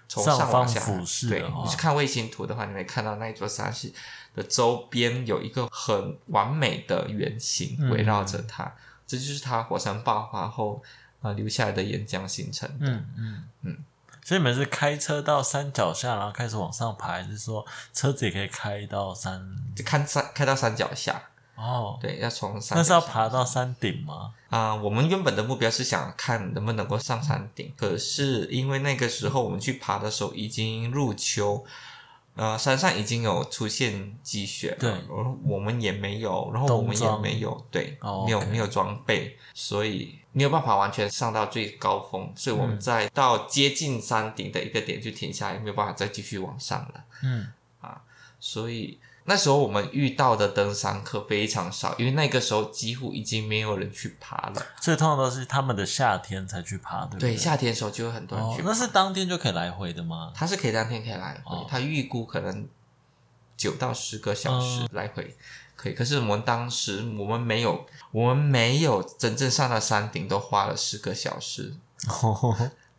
S1: 从
S2: 上
S1: 上
S2: 方
S1: 往下
S2: 俯视
S1: 对
S2: 的话
S1: 你去看卫星图的话，你会看到那座山是的周边有一个很完美的圆形
S2: 嗯
S1: 围绕着它，这就是它火山爆发后啊、呃留下来的岩浆形成的。
S2: 嗯嗯嗯
S1: 嗯，
S2: 所以你们是开车到山脚下，然后开始往上爬，还是说车子也可以开到山？
S1: 就看山开到山脚下，
S2: 哦，
S1: 对，要从山
S2: 那是要
S1: 脚下
S2: 爬到山顶吗？
S1: 啊、我们原本的目标是想看能不能够上山顶，可是因为那个时候我们去爬的时候已经入秋，呃，山上已经有出现积雪了，
S2: 对
S1: 然后我们也没有，然后我
S2: 冬
S1: 们也
S2: 装
S1: 没有，对，
S2: 哦
S1: 没有
S2: OK
S1: 没有装备，所以没有办法完全上到最高峰，所以我
S2: 嗯
S1: 们在到接近山顶的一个点就停下来，没有办法再继续往上了。
S2: 嗯，
S1: 所以那时候我们遇到的登山客非常少，因为那个时候几乎已经没有人去爬了。
S2: 所以通常都是他们的夏天才去爬，对不
S1: 对，
S2: 对？
S1: 夏天的时候就有很多人
S2: 哦
S1: 去，爬。
S2: 那是当天就可以来回 的吗？
S1: 他是可以当天可以来回，
S2: 哦
S1: 他预估可能九到十个小时
S2: 嗯
S1: 来回可以。可是我们当时我们没有，我们没有真正上到山顶，都花了十个小时。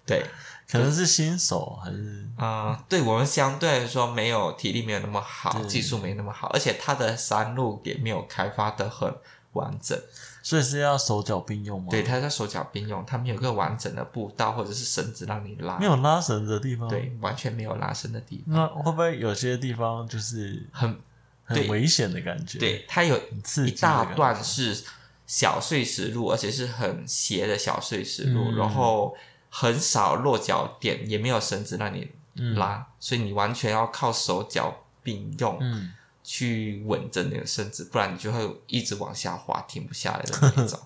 S1: 对，
S2: 可能是新手还是
S1: 啊、对我们相对来说没有体力没有那么好，
S2: 对
S1: 技术没那么好，而且它的山路也没有开发的很完整。
S2: 所以是要手脚并用吗？
S1: 对，，它在手脚并用，它没有一个完整的步道或者是绳子让你拉，
S2: 没有啊拉绳子的地方。，
S1: 对，完全没有拉伸的地方，
S2: 那会不会有些地方就是
S1: 很
S2: 很
S1: 对
S2: 危险的感觉？，
S1: 对，它有
S2: 刺
S1: 一
S2: 激的嗯感觉
S1: 大段是小碎石路，而且是很斜的小碎石路，
S2: 嗯
S1: 然后很少落脚点，也没有绳子让你
S2: 嗯
S1: 拉，所以你完全要靠手脚并用。
S2: 嗯，
S1: 去稳着你的身子，不然你就会一直往下滑，停不下来的那一 种，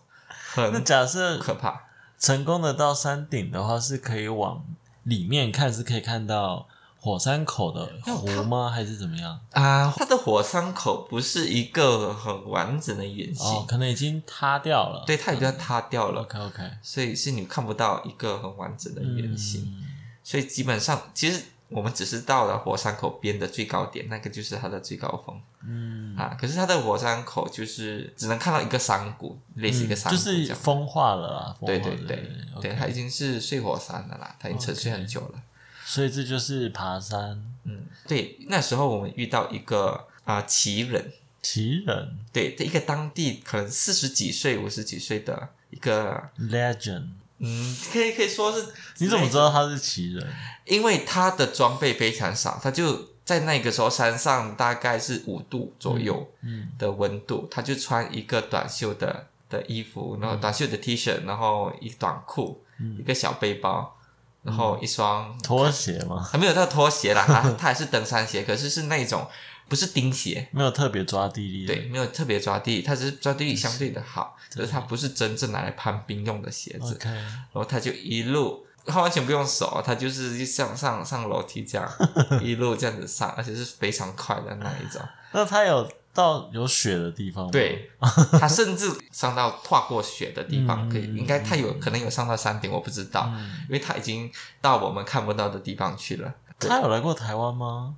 S2: 那
S1: 很
S2: 假设
S1: 可怕。
S2: 成功的到山顶的话，是可以往里面看，是可以看到火山口的湖吗？还是怎么样？
S1: 啊、它的火山口不是一个很完整的圆形，
S2: 哦，可能已经塌掉了。
S1: 对，它已经塌掉了，
S2: ，OK OK，
S1: 所以是你看不到一个很完整的圆形。
S2: 嗯
S1: 所以基本上，其实我们只是到了火山口边的最高点，那个就是它的最高峰、
S2: 嗯，
S1: 啊。可是它的火山口就是只能看到一个山谷，类似一个
S2: 嗯
S1: 山
S2: 就
S1: 谷这
S2: 是
S1: 样。
S2: 风化了啊，风化
S1: 对
S2: 了
S1: 对对，对，
S2: ，OK
S1: 它已经是睡火山了啦，它已经沉睡很久了。
S2: 所以这就是爬山
S1: 嗯，对，那时候我们遇到一个啊、奇人，
S2: 奇人
S1: 对，一个当地可能四十几岁、五十几岁的一个，
S2: legend。
S1: 嗯，可以可以说是，
S2: 你怎么知道他是奇人？
S1: 因为他的装备非常少，他就在那个时候山上大概是五度左右
S2: 嗯
S1: 的温度，他就穿一个短袖的的衣服，然后短袖的 T 恤，然后一短裤，一
S2: 嗯，
S1: 个小背包，然后一双
S2: 拖鞋吗？
S1: 还没有到拖鞋啦，他他还是登山鞋，可是是那种不是钉鞋。
S2: 没有特别抓地力的。
S1: 对，没有特别抓地，它只是抓地力相对的好，可是它不是真正拿来攀冰用的鞋子。
S2: ，OK，
S1: 然后它就一路，它完全不用手，它就是像上上楼梯 这样一路这样子上，而且是非常快的那一种。
S2: 那他有到有雪的地方吗？
S1: 对，它甚至上到跨过雪的地方，
S2: 嗯
S1: 可以，应该它有可能有上到山顶，我不知道，
S2: 嗯，
S1: 因为它已经到我们看不到的地方去了。对
S2: 他有来过台湾吗？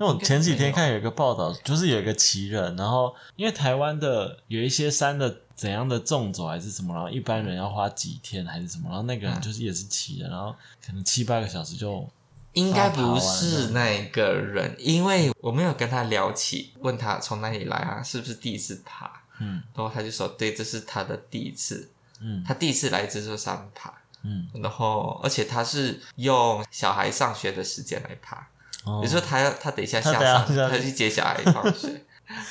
S2: 因为我前几天看有一个报道，就是有一个奇人，然后因为台湾的有一些山的怎样的纵走还是什么，然后一般人要花几天还是什么，然后那个人就是也是奇人，然后可能七八个小时就
S1: 应该不是那个人，因为我没有跟他聊起，问他从哪里来啊，是不是第一次爬？
S2: 嗯
S1: 然后他就说，对，这是他的第一次，
S2: 嗯
S1: 他第一次来这座山爬，
S2: 嗯，
S1: 然后而且他是用小孩上学的时间来爬，
S2: 哦
S1: 比如说他要他等一下
S2: 他
S1: 下
S2: 等一下
S1: 山，
S2: 下
S1: 他去接小孩放学，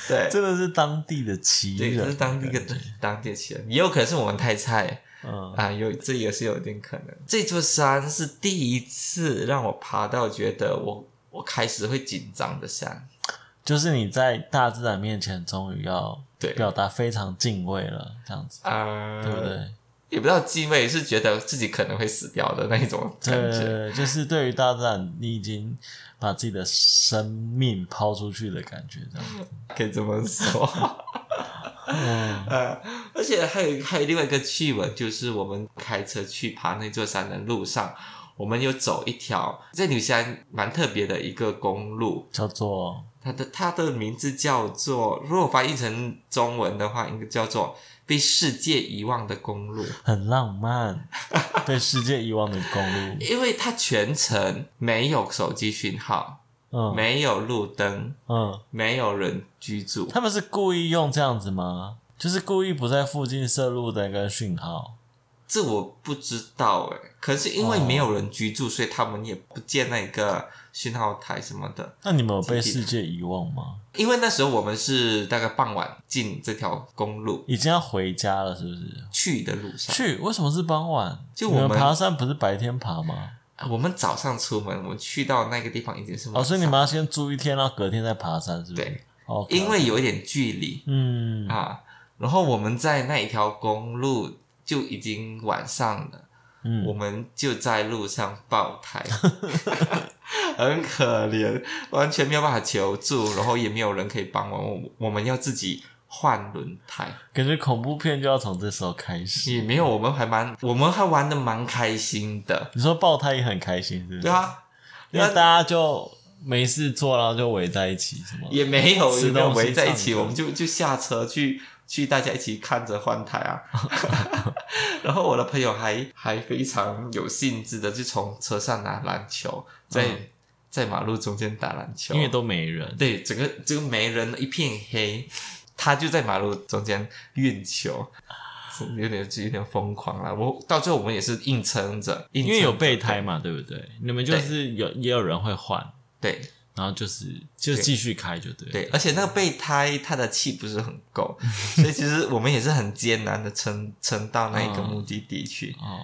S1: 对，
S2: 真的是当地的奇
S1: 对，
S2: 人，
S1: 这是当地一个当地的起源，也有可能是我们太菜
S2: 嗯
S1: 啊，有这也是有点可能。这座山是第一次让我爬到觉得我我开始会紧张的山，
S2: 就是你在大自然面前终于要
S1: 对
S2: 表达非常敬畏了，这样子，
S1: 啊，
S2: 对不？对？
S1: 也不知道敬畏，是觉得自己可能会死掉的那一种感
S2: 对
S1: 觉。
S2: 就是对于大自然，你已经把自己的生命抛出去的感觉，这样子。
S1: 可以这么说。呃， 而且还有还有另外一个趣闻，就是我们开车去爬那座山的路上，我们有走一条在纽西兰蛮特别的一个公路，
S2: 叫做
S1: 它的它的名字叫做，如果翻译成中文的话，应该叫做被世界遗忘的公路，
S2: 很浪漫，被世界遗忘的公路。
S1: 因为它全程没有手机讯号，
S2: 嗯
S1: 没有路灯，
S2: 嗯，
S1: 没有人居住，
S2: 他们是故意用这样子吗？就是故意不在附近摄入的跟讯号。
S1: 这我不知道哎、可是因为没
S2: 哦
S1: 有人居住，所以他们也不建那个讯号台什么的。
S2: 那你们有被
S1: 自己
S2: 世界遗忘吗？
S1: 因为那时候我们是大概傍晚进这条公路
S2: 已经要回家了，是不是？
S1: 去的路上，
S2: 去为什么是傍晚？
S1: 就
S2: 你
S1: 我们
S2: 爬山不是白天爬吗？
S1: 啊我们早上出门，我们去到那个地方已经是晚
S2: 哦，所以你
S1: 上
S2: 们要先住一天，然后隔天再爬山，是不是？
S1: 对，
S2: 哦，
S1: 因为有一点距离
S2: 嗯
S1: 啊，然后我们在那一条公路就已经晚上了，
S2: 嗯，
S1: 我们就在路上爆胎， 很可怜，完全没有办法求助，然后也没有人可以帮我们，我们要自己换轮胎。
S2: 感觉恐怖片就要从这时候开始。
S1: 也没有，我们还蛮，我们还玩的蛮开心的，
S2: 你说爆胎也很开心，是不是？
S1: 对，啊，
S2: 因为大家就没事做，然后就围在一起，什么
S1: 也没有
S2: 吃
S1: 也没有
S2: 东西
S1: 围在一
S2: 唱
S1: 起，
S2: 歌
S1: 我们就就下车去去大家一起看着换台啊。 然后我的朋友还还非常有兴致的就从车上拿篮球，在、
S2: 嗯
S1: 在马路中间打篮球，
S2: 因为都没人，
S1: 对整个这个没人一片黑，他就在马路中间运球。是有点有点疯狂了，我到最后我们也是硬撑着，硬
S2: 因
S1: 撑
S2: 为有备
S1: 着
S2: 胎嘛，对不对？你们就是有也有人会换，
S1: 对
S2: 然后就是就继续开就对了。
S1: 对，而且那个备胎它的气不是很够，所以其实我们也是很艰难的撑撑到那一个
S2: 嗯
S1: 目的地去。
S2: 哦，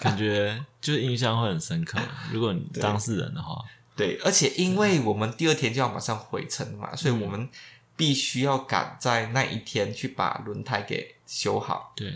S2: 感觉就是印象会很深刻。如果你当事人的话，
S1: 对，而且因为我们第二天就要马上回程嘛，所以我们必须要赶在那一天去把轮胎给修好，
S2: 对，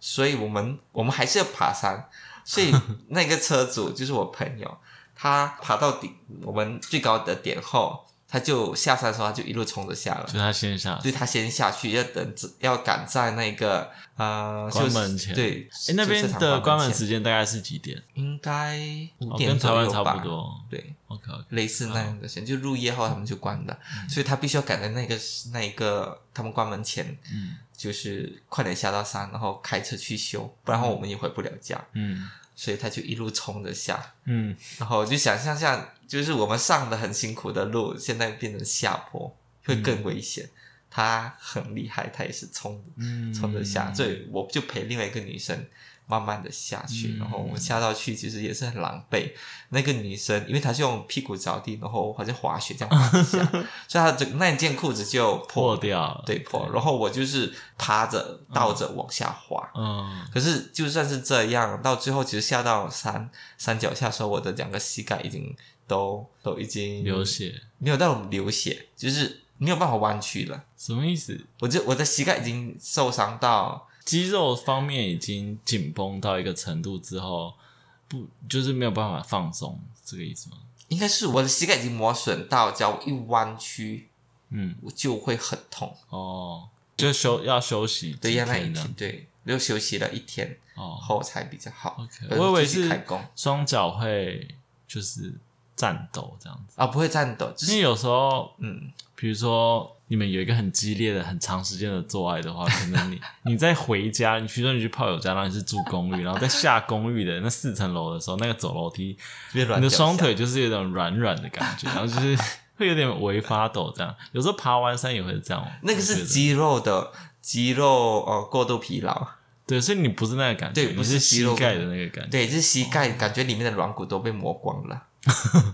S1: 所以我们我们还是要爬山。所 以那个车主就是我朋友，他爬到顶我们最高的点后，他就下山的时候他就一路冲着下来
S2: 就。他先下。
S1: 所以他先下去，要等着要赶在那个呃
S2: 关门
S1: 就是
S2: 前
S1: 对，
S2: 哎，那边
S1: 就是场
S2: 的关门
S1: 前
S2: 时间大概是几点？
S1: 应该五
S2: 哦，
S1: 点
S2: 跟台
S1: 左
S2: 湾
S1: 右
S2: 差
S1: 吧，
S2: 不多。嗯
S1: 对，
S2: OK OK，
S1: 类似那样的时间，就入夜后他们就关了，
S2: 嗯
S1: 所以他必须要赶在那个那一个他们关门前，
S2: 嗯
S1: 就是快点下到山，然后开车去修，不然的话我们也回不了家，
S2: 嗯
S1: 所以他就一路冲着下，
S2: 嗯，
S1: 然后就想象下，就是我们上的很辛苦的路，现在变成下坡，会更危险。他很厉害，他也是冲
S2: 嗯
S1: 冲着下，所以我就陪另外一个女生慢慢的下去，
S2: 嗯
S1: 然后我们下到去其实也是很狼狈。那个女生因为她是用屁股着地，然后好像滑雪这样滑一 下，所以她整那一件裤子就破
S2: 破，掉了。
S1: 对破。然后我就是趴着倒着往下滑，
S2: 嗯，
S1: 可是就算是这样，到最后其实下到山山脚下的时候，我的两个膝盖已经都都已经
S2: 流，血
S1: 没有到流血，就是没有办法弯曲了。
S2: 什么意思？
S1: 我就我的膝盖已经受伤到，
S2: 肌肉方面已经紧绷到一个程度之后，不就是没有办法放松，这个意思吗？
S1: 应该是我的膝盖已经磨损到，只要一弯曲
S2: 嗯，
S1: 我就会很痛。
S2: 哦，就休要休息
S1: 对，
S2: 几
S1: 要那一
S2: 天呢
S1: 天，？对，又休息了一天
S2: 哦
S1: 后才比较好。
S2: ，OK，
S1: 可
S2: 我以为
S1: 继续开
S2: 是
S1: 工
S2: 双脚会就是战斗这样子，
S1: 啊，不会颤抖，就
S2: 因为
S1: 是
S2: 有时候
S1: 嗯，
S2: 比如说你们有一个很激烈的、很长时间的做爱的话，可能你 你在回家，你比如说你去炮友家，然后你是住公寓，然后在下公寓的那四层楼的时候，那个走楼梯，你的双腿就是有点软软的感觉，然后就是会有点微发抖这样。有时候爬完山也会这 样，
S1: 那个
S2: 我觉
S1: 是
S2: 得
S1: 肌肉的肌肉呃过度疲劳。
S2: 对，所以你不是那个感觉，
S1: 对
S2: 你
S1: 不是
S2: 是
S1: 肌
S2: 膝
S1: 肉
S2: 盖的那个感觉。
S1: 对，就是膝盖感觉里面的软骨都被磨光了，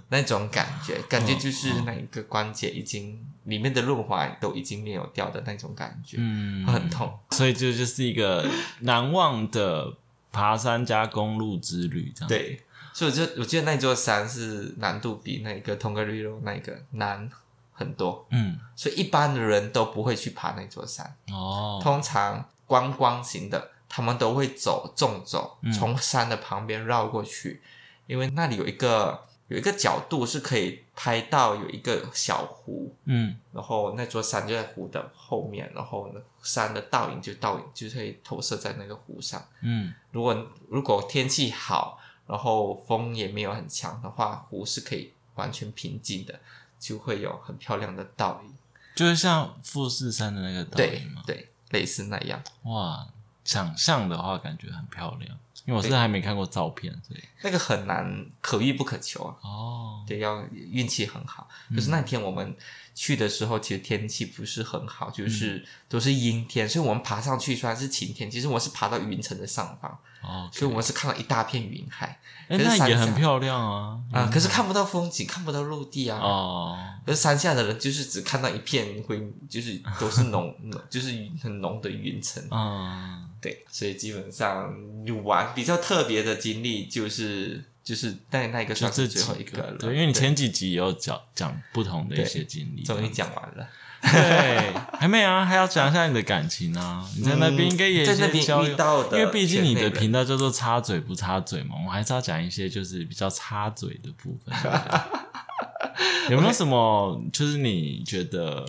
S1: 那种感觉，感觉就是那一个关节已经里面的润滑都已经没有掉的那种感觉，
S2: 嗯
S1: 很痛。
S2: 所以这就是一个难忘的爬山加公路之旅，这样。，
S1: 对，所以我就我记得那座山是难度比那个 t o n g a r i r o 那个难很多，
S2: 嗯，
S1: 所以一般的人都不会去爬那座山，
S2: 哦，
S1: 通常观光型的他们都会走纵走，
S2: 嗯
S1: 从山的旁边绕过去，因为那里有一个有一个角度是可以拍到有一个小湖，
S2: 嗯，
S1: 然后那座山就在湖的后面，然后呢山的倒影就倒影就可以投射在那个湖上。
S2: 嗯，
S1: 如果如果天气好，然后风也没有很强的话，湖是可以完全平静的，就会有很漂亮的倒影。
S2: 就是像富士山的那个倒
S1: 对
S2: 影嘛，
S1: 对，类似那样。
S2: 哇，想象的话感觉很漂亮，因为我是还没看过照片，所以
S1: 那个很难，可遇不可求啊。
S2: 哦，
S1: 对，要运气很好。可
S2: 嗯
S1: 是那天我们去的时候，其实天气不是很好，
S2: 嗯
S1: 就是都是阴天，所以我们爬上去虽然是晴天，其实我们是爬到云层的上方，
S2: 哦，
S1: 所以我们是看到一大片云海
S2: 哎，
S1: 可是
S2: 那
S1: 山
S2: 也
S1: 下
S2: 很漂亮啊，
S1: 啊、
S2: 嗯
S1: 可是看不到风景，看不到陆地啊。
S2: 哦，
S1: 可是山下的人就是只看到一片灰，就是都是浓， 浓就是很浓的云层。
S2: 嗯，
S1: 对，所以基本上有玩比较特别的经历就是就是那那一个
S2: 就
S1: 算
S2: 这
S1: 是
S2: 几
S1: 最后一个了，
S2: 对，因为你前几集也有讲讲不同的一些经历，
S1: 终于讲完了。
S2: 对，还没啊，还要讲一下你的感情啊。你在那边应该也有
S1: 嗯在那
S2: 一些
S1: 边
S2: 交友
S1: 遇，到的，
S2: 因为毕竟你的频道叫做插嘴不插嘴嘛，我还是要讲一些就是比较插嘴的部分。 对不对有没有什么就是你觉得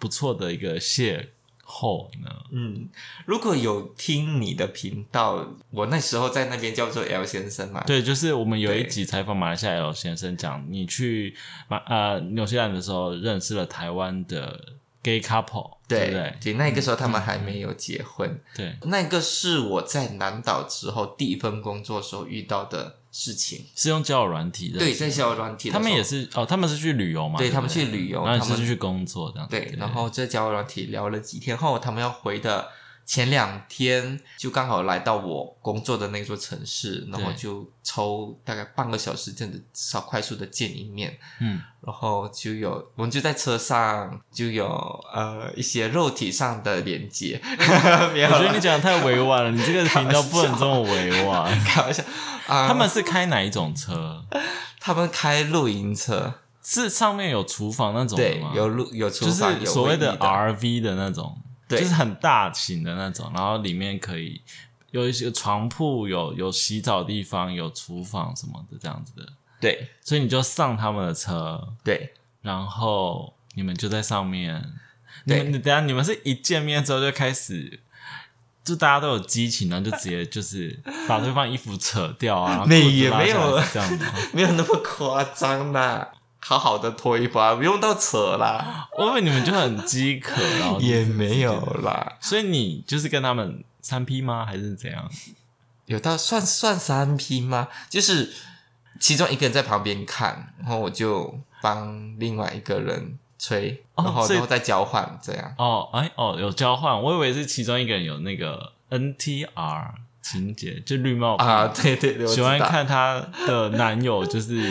S2: 不错的一个邂逅呢？
S1: 嗯，如果有听你的频道，我那时候在那边叫做 L 先生嘛，
S2: 对，就是我们有一
S1: 对
S2: 集采访马来西亚 L 先生讲，你去马呃纽西兰的时候认识了台湾的 gay couple，对
S1: 对
S2: 不对？
S1: 那个时候他们还没有结婚，
S2: 对，
S1: 那个是我在南岛之后第一份工作时候遇到的事情。
S2: 是用交友软体的。
S1: 对，在交友软体的时
S2: 他
S1: 候，
S2: 们也是哦，他们是去旅游嘛？
S1: 对
S2: 对不对
S1: 他们去旅游
S2: 然后你
S1: 他们
S2: 是去工作这样子。
S1: 对，然后在交友软体聊了几天后，他们要回的前两天就刚好来到我工作的那座城市，然后
S2: 对
S1: 就抽大概半个小时这样子，稍快速的见一面，
S2: 嗯，
S1: 然后就有我们就在车上就有呃一些肉体上的连 接，没有
S2: 我觉得
S1: 啦
S2: 你讲的太委婉了，你这个频道不能这么委婉。
S1: 开玩笑 啊，
S2: 他们是开哪一种车？
S1: 他们开露营车，
S2: 是上面有厨房那种的
S1: 对
S2: 吗？，
S1: 有露有厨
S2: 就
S1: 房，
S2: 是
S1: 有
S2: 所谓
S1: 卫
S2: 的
S1: 浴
S2: RV 的那种，
S1: 对
S2: 就是很大型的那种，然后里面可以有一些床铺，有有洗澡地方，有厨房什么的这样子的，
S1: 对
S2: 所以你就上他们的车，
S1: 对
S2: 然后你们就在上面，你
S1: 对
S2: 们你等一下你们是一见面之后就开始。就大家都有激情，然后就直 接就是把对方衣服扯掉啊，然后裤子
S1: 没也
S2: 拉下
S1: 没有
S2: 来是这样吗？
S1: 没有那么夸张啦，好好的脱衣服啊，不用到扯啦。
S2: 我以为你们就很饥渴，然后
S1: 也
S2: 就是
S1: 没有啦，
S2: 所以你就是跟他们三 P 吗？还是怎样？
S1: 有到算算三批吗？就是其中一个人在旁边看，然后我就帮另外一个人吹，
S2: 哦
S1: 然后
S2: 所以
S1: 然后再交换这样。
S2: 哦，哎，哦，有交换，我以为是其中一个人有那个 NTR 情节，就绿帽
S1: 啊，，对对对，我
S2: 喜
S1: 知
S2: 欢
S1: 道，
S2: 看她的男友，就是，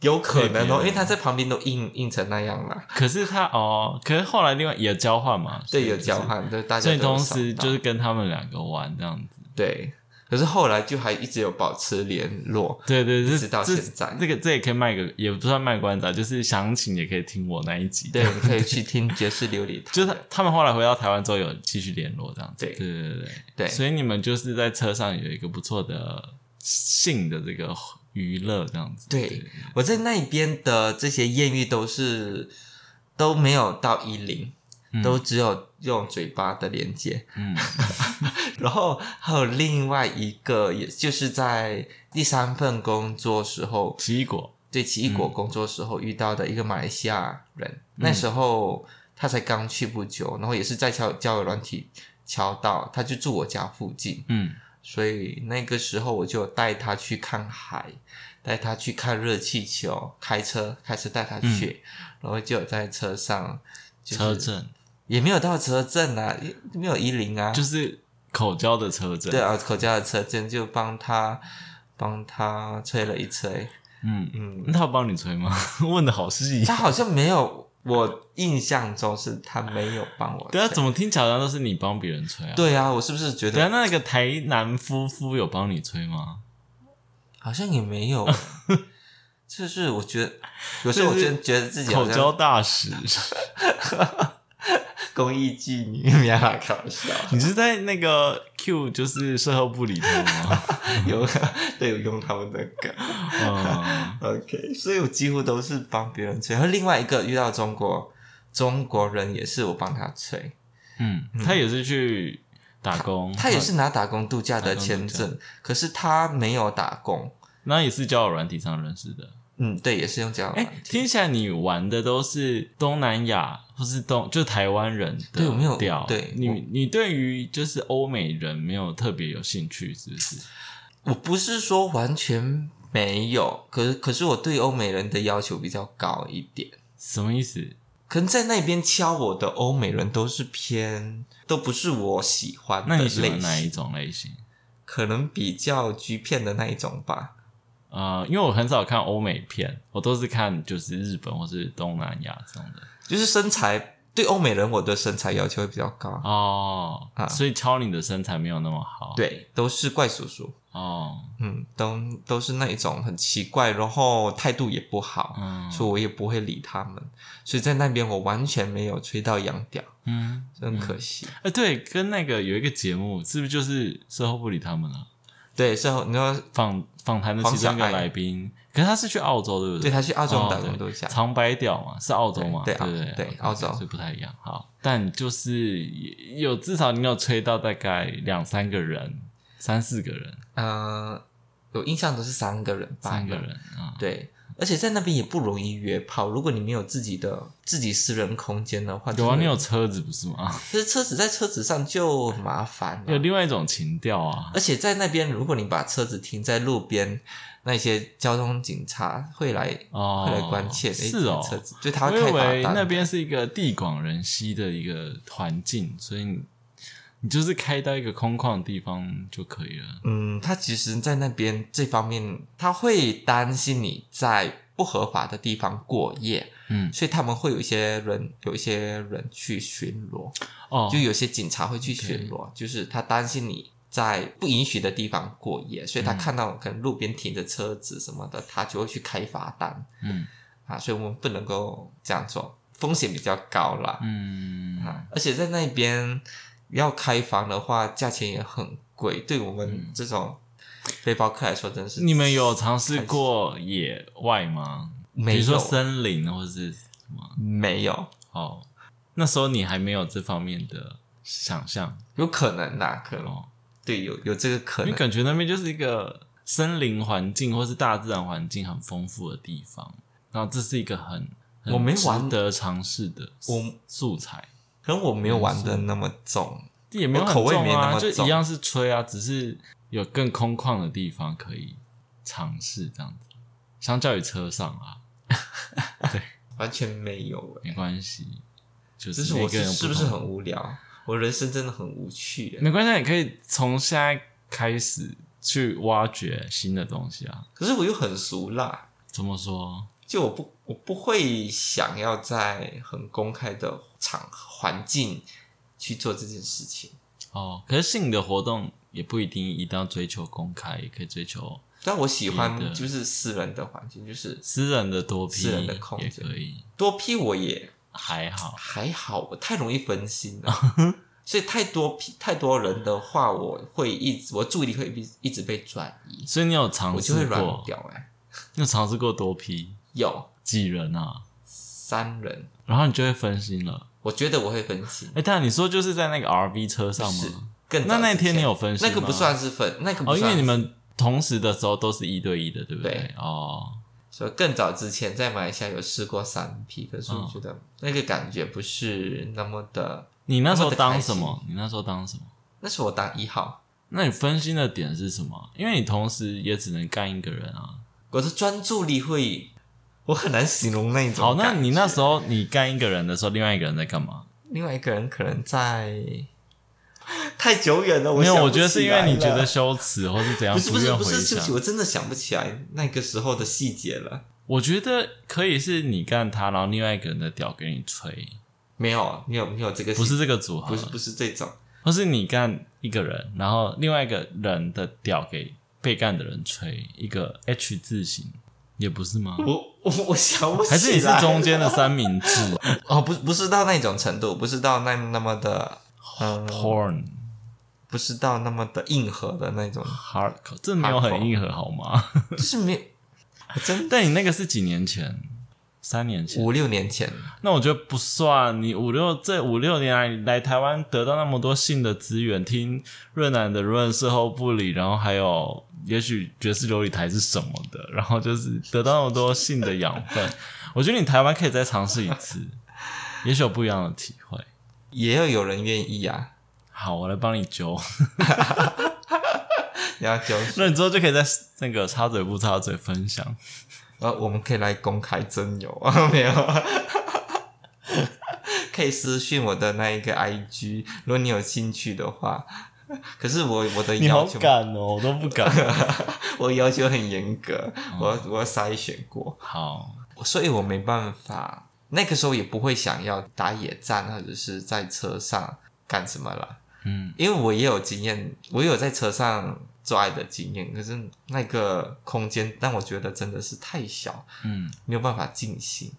S1: 有可能
S2: 对对
S1: 哦，
S2: 对
S1: 因为他在旁边都硬硬成那样啦。
S2: 可是她哦，可是后来另外也交换嘛，所以
S1: 对，有
S2: 就是
S1: 交，换，对大家
S2: 所以
S1: 都有
S2: 同
S1: 扫
S2: 时
S1: 到
S2: 就是跟他们两个玩这样子，
S1: 对，可是后来就还一直有保持联络。
S2: 对对，这
S1: 直到
S2: 这
S1: 现在
S2: 这个这也可以卖个，也不算卖关子啊，就是详情也可以听我那一集，
S1: 对，你可以去听爵士琉璃台，
S2: 就是他他们后来回到台湾之后有继续联络这样子，
S1: 对
S2: 对对对
S1: 对
S2: 所以你们就是在车上有一个不错的性的这个娱乐这样子，
S1: 对我在那边的这些艳遇都是都没有到一零、
S2: 嗯
S1: 都只有用嘴巴的连接。
S2: 嗯，
S1: 然后还有另外一个，也就是在第三份工作时候，
S2: 奇异果，
S1: 对奇异
S2: 嗯
S1: 果工作时候遇到的一个马来西亚人，那时候他才刚去不久，然后也是在交交友软体敲到，他就住我家附近。
S2: 嗯，
S1: 所以那个时候我就带他去看海，带他去看热气球，开车开车带他去，然后就有在车上，就是、
S2: 嗯车震
S1: 也没有到车震啊，也没有一零啊，
S2: 就是口交的车震，
S1: 对啊，口交的车震就帮他帮他吹了一吹，
S2: 嗯，
S1: 嗯，
S2: 那他有帮你吹吗？ 问的好细，
S1: 他好像没有，我印象中是他没有帮我
S2: 对啊，
S1: 吹，
S2: 怎么听起来好像都是你帮别人吹啊？，
S1: 对啊，我是不是觉
S2: 对啊，
S1: 得
S2: 那个台南夫妇有帮你吹吗？
S1: 好像也没 有，就是我觉得有时候我
S2: 就是
S1: 真觉得自己好
S2: 口
S1: 像
S2: 交大使，
S1: 公益妓女，没有啦，开玩笑，
S2: 你是在那个 Q 就是售后部里头 吗？
S1: 有对有用他们的歌
S2: 嗯。
S1: ，OK，所以我几乎都是帮别人吹。然后另外一个遇到中国中国人也是我帮他吹，
S2: 嗯，他也是去打工，
S1: 他也是拿打工度假
S2: 打
S1: 的
S2: 工度
S1: 签
S2: 假
S1: 证，可是他没有打工，
S2: 那也是交友软体上认识的。
S1: 嗯，对，也是用这样
S2: 哎、
S1: 软体。
S2: 听起来你玩的都是东南亚或是东，就是台湾人的
S1: 对我没有
S2: 调。
S1: 对
S2: 你
S1: 我
S2: 你对于就是欧美人没有特别有兴趣，是不是？
S1: 我不是说完全没有，可是可是我对欧美人的要求比较高一点。
S2: 什么意思？
S1: 可能在那边敲我的欧美人都是偏，都不是我喜欢的
S2: 那
S1: 类
S2: 你喜欢
S1: 型。
S2: 哪一种类型？
S1: 可能比较 G 片的那一种吧。
S2: 呃，因为我很少看欧美片，我都是看就是日本或是东南亚这种的。
S1: 就是身材，对欧美人我的身材要求会比较高。
S2: 哦，
S1: 啊
S2: 所以敲你的身材没有那么好。，
S1: 对，都是怪叔叔，
S2: 哦，
S1: 嗯，都都是那一种很奇怪，然后态度也不好，
S2: 嗯，
S1: 所以我也不会理他们。所以在那边我完全没有吹到洋屌，
S2: 嗯，
S1: 真可惜。
S2: 哎、对，跟那个有一个节目，是不是就是售后不理他们啊？
S1: 对，最后你说
S2: 访访谈的其中一个
S1: 黄小爱
S2: 来宾，可是他是去澳洲，对不
S1: 对
S2: 对？
S1: 他去澳洲
S2: 哦
S1: 打工
S2: 对
S1: 度假，
S2: 长白屌嘛，是澳洲嘛？
S1: 对
S2: 对
S1: 对
S2: 不
S1: 对
S2: 对，
S1: 澳洲
S2: 所以不太一样。好，但就是也有至少你有吹到大概两三个人，三四个人，
S1: 嗯、呃，有印象都是三个人吧，
S2: 三个人啊。
S1: 对，而且在那边也不容易约炮。如果你没有自己的自己私人空间的话，
S2: 有啊，
S1: 真的
S2: 你有车子不是吗？
S1: 可是车子在车子上就很麻烦了、
S2: 有另外一种情调啊，
S1: 而且在那边，如果你把车子停在路边，那些交通警察会来、
S2: 哦，
S1: 会来关切。诶
S2: 是哦
S1: 这，车子就他
S2: 我
S1: 会开
S2: 以
S1: 罚
S2: 为
S1: 单。
S2: 那边是一个地广人稀的一个环境，所以你你就是开到一个空旷的地方就可以了。
S1: 嗯，他其实，在那边这方面，他会担心你在不合法的地方过夜，
S2: 嗯，
S1: 所以他们会有一些人，有一些人去巡逻，
S2: 哦
S1: 就，有些警察会去巡逻，就是他担心你在不允许的地方过夜，所以他
S2: 嗯
S1: 看到可能路边停着车子什么的，他就会去开罚单
S2: 嗯
S1: 啊，所以我们不能够这样做，风险比较高啦。
S2: 嗯，
S1: 啊，而且在那边要开房的话，价钱也很贵，对我们这种背包客来说，真是
S2: 嗯你们有尝试过野外吗？比
S1: 没
S2: 如说
S1: 有
S2: 森林或是什么？
S1: 没有，
S2: 哦，那时候你还没有这方面的想象
S1: 有可能啦、可能
S2: 哦，
S1: 对有有这个可
S2: 因为
S1: 能，
S2: 感觉那边就是一个森林环境或是大自然环境很丰富的地方，然后这是一个很很
S1: 我没玩
S2: 值得尝试的
S1: 我
S2: 素材，
S1: 可能我没有玩
S2: 嗯
S1: 的那么重。
S2: 也没有
S1: 我
S2: 很
S1: 口味
S2: 重
S1: 没那
S2: 啊，
S1: 么
S2: 就
S1: 重
S2: 一样是吹啊，只是有更空旷的地方可以尝试这样子，相较于车上啊，
S1: 完全没有哎、
S2: 没关系，就
S1: 就是是
S2: 每
S1: 我
S2: 个人
S1: 是
S2: 有
S1: 是不是
S2: 同
S1: 很无聊？我人生真的很无趣、欸。
S2: 没关系，你可以从现在开始去挖掘新的东西啊。
S1: 可是我又很俗辣，
S2: 怎么说？
S1: 就我不我不会想要在很公开的场环境去做这件事情。
S2: 哦，可是性的活动也不一定一定要追求公开，也可以追求
S1: 但我喜
S2: 别的
S1: 欢就是私人的环境，就是
S2: 私人的多批，
S1: 私人的空
S2: 也
S1: 间
S2: 可以，
S1: 多批我也
S2: 还好。
S1: 还好，我太容易分心了， 所以太多批太多人的话，我会一直我注意力会一一直被转移，
S2: 所以你有
S1: 我
S2: 尝
S1: 就会
S2: 试
S1: 软
S2: 过？
S1: 掉哎、
S2: 你有尝试过多批
S1: 有
S2: 几人啊？
S1: 三人，
S2: 然后你就会分心了。
S1: 我觉得我会分心。
S2: 哎，但你说就是在那个 RV 车上
S1: 是
S2: 吗？
S1: 更
S2: 那
S1: 早
S2: 那
S1: 之前
S2: 天你有分心
S1: 那
S2: 吗？
S1: 个不算是分，那个不
S2: 哦，
S1: 算
S2: 因为你们同时的时候都是一对一的，对不
S1: 对
S2: 哦，
S1: 说更早之前在马来西亚有试过三 P，可是我
S2: 嗯
S1: 觉得那个感觉不是那么的。
S2: 你那时
S1: 那么
S2: 候
S1: 的开
S2: 当什
S1: 心
S2: 么？你那时候当什么？
S1: 那是我当一号，
S2: 那你分心的点是什么？因为你同时也只能干一个人啊。
S1: 我的专注力会，我很难形容那一种
S2: 好，
S1: 感觉。
S2: 那你那时候你干一个人的时候，另外一个人在干嘛？
S1: 另外一个人可能在太久远了，我
S2: 没有，
S1: 想
S2: 我
S1: 不
S2: 觉得
S1: 起
S2: 是因为
S1: 来
S2: 你觉
S1: 了
S2: 得羞耻，或是怎样
S1: 不是不是
S2: 愿
S1: 不
S2: 回
S1: 是，对不
S2: 想
S1: 起，。我真的想不起来那个时候的细节了。
S2: 我觉得可以是你干他，然后另外一个人的屌给你吹，
S1: 没有，没有，没有这个细，
S2: 不是这个组合，
S1: 不是不是这种，
S2: 或是你干一个人，然后另外一个人的屌给被干的人吹，一个 H 字形，也不是吗？
S1: 我我我想不起来。
S2: 还是你是中间的三明治
S1: 哦，不不是到那种程度，不是到那那么的，嗯、
S2: porn
S1: 不是到那么的硬核的那种，
S2: hardcore，这没有很硬核好吗？
S1: 就是没有，我 真
S2: 但你那个是几年前？三年前？
S1: 五六年前，
S2: 那我觉得不算。你五六这五六年来来台湾得到那么多性的资源，听润南的润事后不理，然后还有也许爵士琉璃台是什么的，然后就是得到那么多性的养分。我觉得你台湾可以再尝试一次，也许有不一样的体会。
S1: 也要有人愿意啊，
S2: 好，我来帮你揪。
S1: 你要教，
S2: 那你之后就可以在那个插嘴不插嘴分享。
S1: 呃，我们可以来公开征友啊， 没有。可以私信我的那一个 IG，如果你有兴趣的话。 可是我我的
S2: 你好
S1: 要求，
S2: 敢哦，我都不敢。
S1: 我要求很严格，
S2: 哦
S1: 我我筛选过。
S2: 好，
S1: 所以我没办法，那个时候也不会想要打野战或者是在车上干什么了，
S2: 嗯，
S1: 因为我也有经验，我也有在车上做爱的经验，可是那个空间让我觉得真的是太小，
S2: 嗯
S1: 没有办法进行，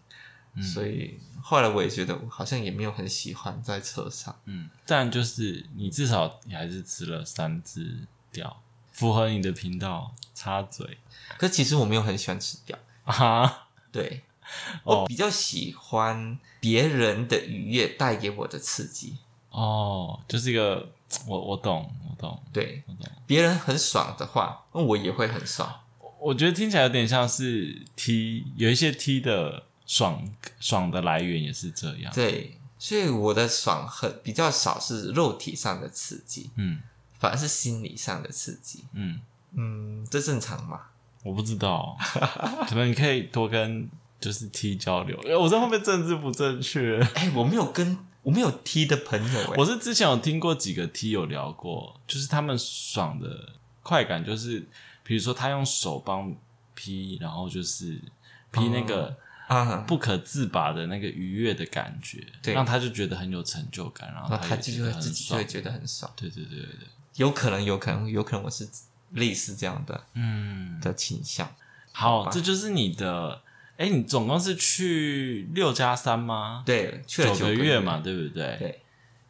S2: 嗯
S1: 所以后来我也觉得我好像也没有很喜欢在车上，
S2: 嗯，但就是你至少你还是吃了三只屌，符合你的频道插嘴
S1: 可其实我没有很喜欢吃掉，
S2: 啊，
S1: 对。
S2: 哦
S1: 我比较喜欢别人的愉悦带给我的刺激，
S2: 哦，就是一个我我懂我懂
S1: 对
S2: 我懂，
S1: 别人很爽的话，那我也会很爽。
S2: 我觉得听起来有点像是 T，有一些 T 的爽爽的来源也是这样。
S1: 对，所以我的爽很比较少是肉体上的刺激，
S2: 嗯
S1: 反而是心理上的刺激。
S2: 嗯，
S1: 嗯，这正常嘛？
S2: 我不知道，可能你可以多跟就是 T 交流。哎我在后面政治不正确，
S1: 哎、我没有跟我没有 T 的朋友、哎，
S2: 我是之前有听过几个 T 有聊过，就是他们爽的快感，就是比如说他用手帮 P，然后就是
S1: 哦
S2: P 那个
S1: 啊，
S2: 不可自拔的那个愉悦的感觉，
S1: 对哦
S2: 让他就觉得很有成就感，然后
S1: 那他
S2: 也
S1: 就
S2: 觉得
S1: 会
S2: 很
S1: 自己就会
S2: 爽
S1: 觉得很爽，
S2: 对对对对对，
S1: 有可能，有可能，有可能我是类似这样的
S2: 嗯，
S1: 的倾向。
S2: 好，这就是你的。哎，你总共是去六加三吗？
S1: 对，去了
S2: 九
S1: 个
S2: 个月嘛，，对不对？
S1: 对。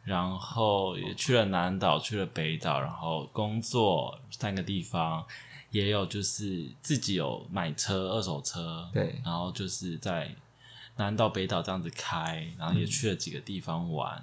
S2: 然后也去了南岛，去了北岛，然后工作三个地方，也有就是自己有买车，二手车，
S1: 对
S2: 然后就是在南岛、北岛这样子开，然后也去了几个地方玩，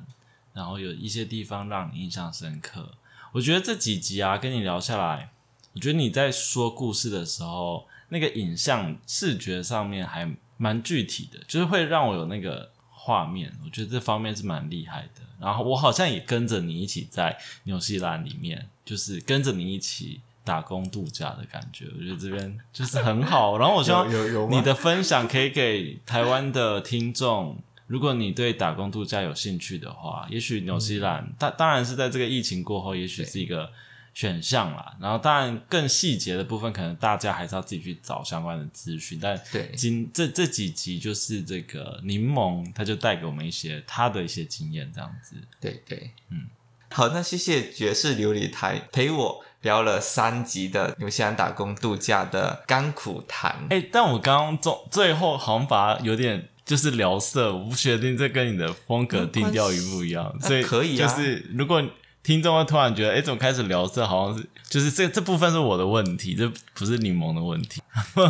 S2: 然后有一些地方让你印象深刻。我觉得这几集啊，跟你聊下来，我觉得你在说故事的时候，那个影像视觉上面还蛮具体的，就是会让我有那个画面。我觉得这方面是蛮厉害的。然后我好像也跟着你一起在纽西兰里面，就是跟着你一起打工度假的感觉。我觉得这边就是很好。然后我希望
S1: 有有有吗
S2: 你的分享可以给台湾的听众。如果你对打工度假有兴趣的话，也许纽西兰，
S1: 嗯
S2: 当、当然是在这个疫情过后，也许是一个选项啦。然后当然更细节的部分，可能大家还是要自己去找相关的资讯。但
S1: 对
S2: 今这这几集就是这个柠檬，他就带给我们一些他的一些经验，这样子。
S1: 对对，
S2: 嗯，
S1: 好，那谢谢爵士琉璃台陪我聊了三集的纽西兰打工度假的甘苦谈。
S2: 哎、但我刚刚中最后好像把它有点就是聊色，我不确定这跟你的风格定调一不一样，
S1: 那
S2: 所以
S1: 可以啊
S2: 就是如果听众会突然觉得，哎、怎么开始聊色？好像是就是这这部分是我的问题，这不是柠檬的问题。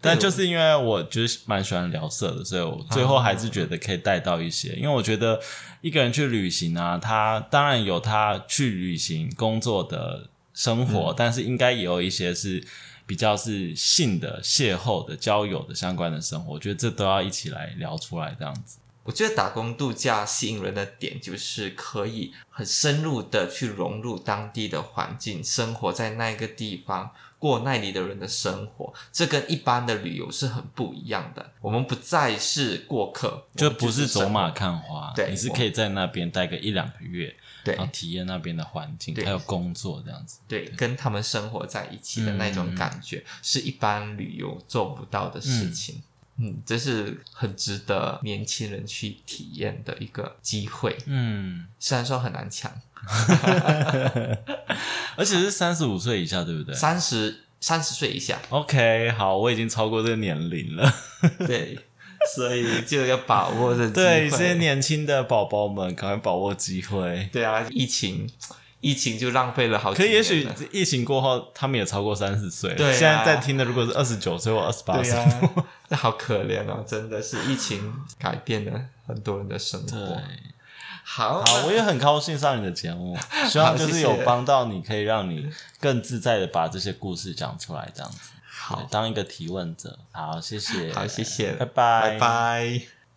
S2: 但就是因为我就是蛮喜欢聊色的，所以我最后
S1: 啊
S2: 还是觉得可以带到一些，因为我觉得一个人去旅行啊，他当然有他去旅行工作的生活，
S1: 嗯
S2: 但是应该也有一些是比较是性的、邂逅的、交友的相关的生活，我觉得这都要一起来聊出来，这样子。
S1: 我觉得打工度假吸引人的点就是可以很深入的去融入当地的环境，生活在那个地方，过那里的人的生活，这跟一般的旅游是很不一样的。我们不再是过客，
S2: 就
S1: 我们
S2: 不是走
S1: 生活
S2: 马看花，
S1: 对
S2: 你是可以在那边待个一两个月，
S1: 对
S2: 然后体验那边的环境，
S1: 对
S2: 还有工作这样子。
S1: 对，跟他们生活在一起的那种感觉，
S2: 嗯
S1: 是一般旅游做不到的事情。嗯，这是很值得年轻人去体验的一个机会，
S2: 嗯，
S1: 虽然说很难抢。
S2: 而且是三十五岁以下，对不对
S1: 三十三十岁以 下，
S2: ？OK，好，我已经超过这个年龄了。
S1: 对，所以就要把握这机
S2: 对，
S1: 会。
S2: 这些年轻的宝宝们，赶快把握机会。啊
S1: 对啊，疫情，疫情就浪费了啊好几
S2: 可
S1: 年
S2: 也许
S1: 了
S2: 疫情过后，他们也超过三十岁了。
S1: 对啊
S2: 现在在听的，如果是二十九岁或二十八
S1: 对
S2: 岁，
S1: 呀、啊，那 好可怜哦，真的是疫情改变了很多人的生活。好，
S2: 好，我也很高兴上你的节 目，希望就是有帮到你，可以让你更自在的把这些故事讲出来，这样子。
S1: 好
S2: 对，当一个提问者。好，谢谢，
S1: 好，谢谢，
S2: 拜拜，
S1: 拜拜。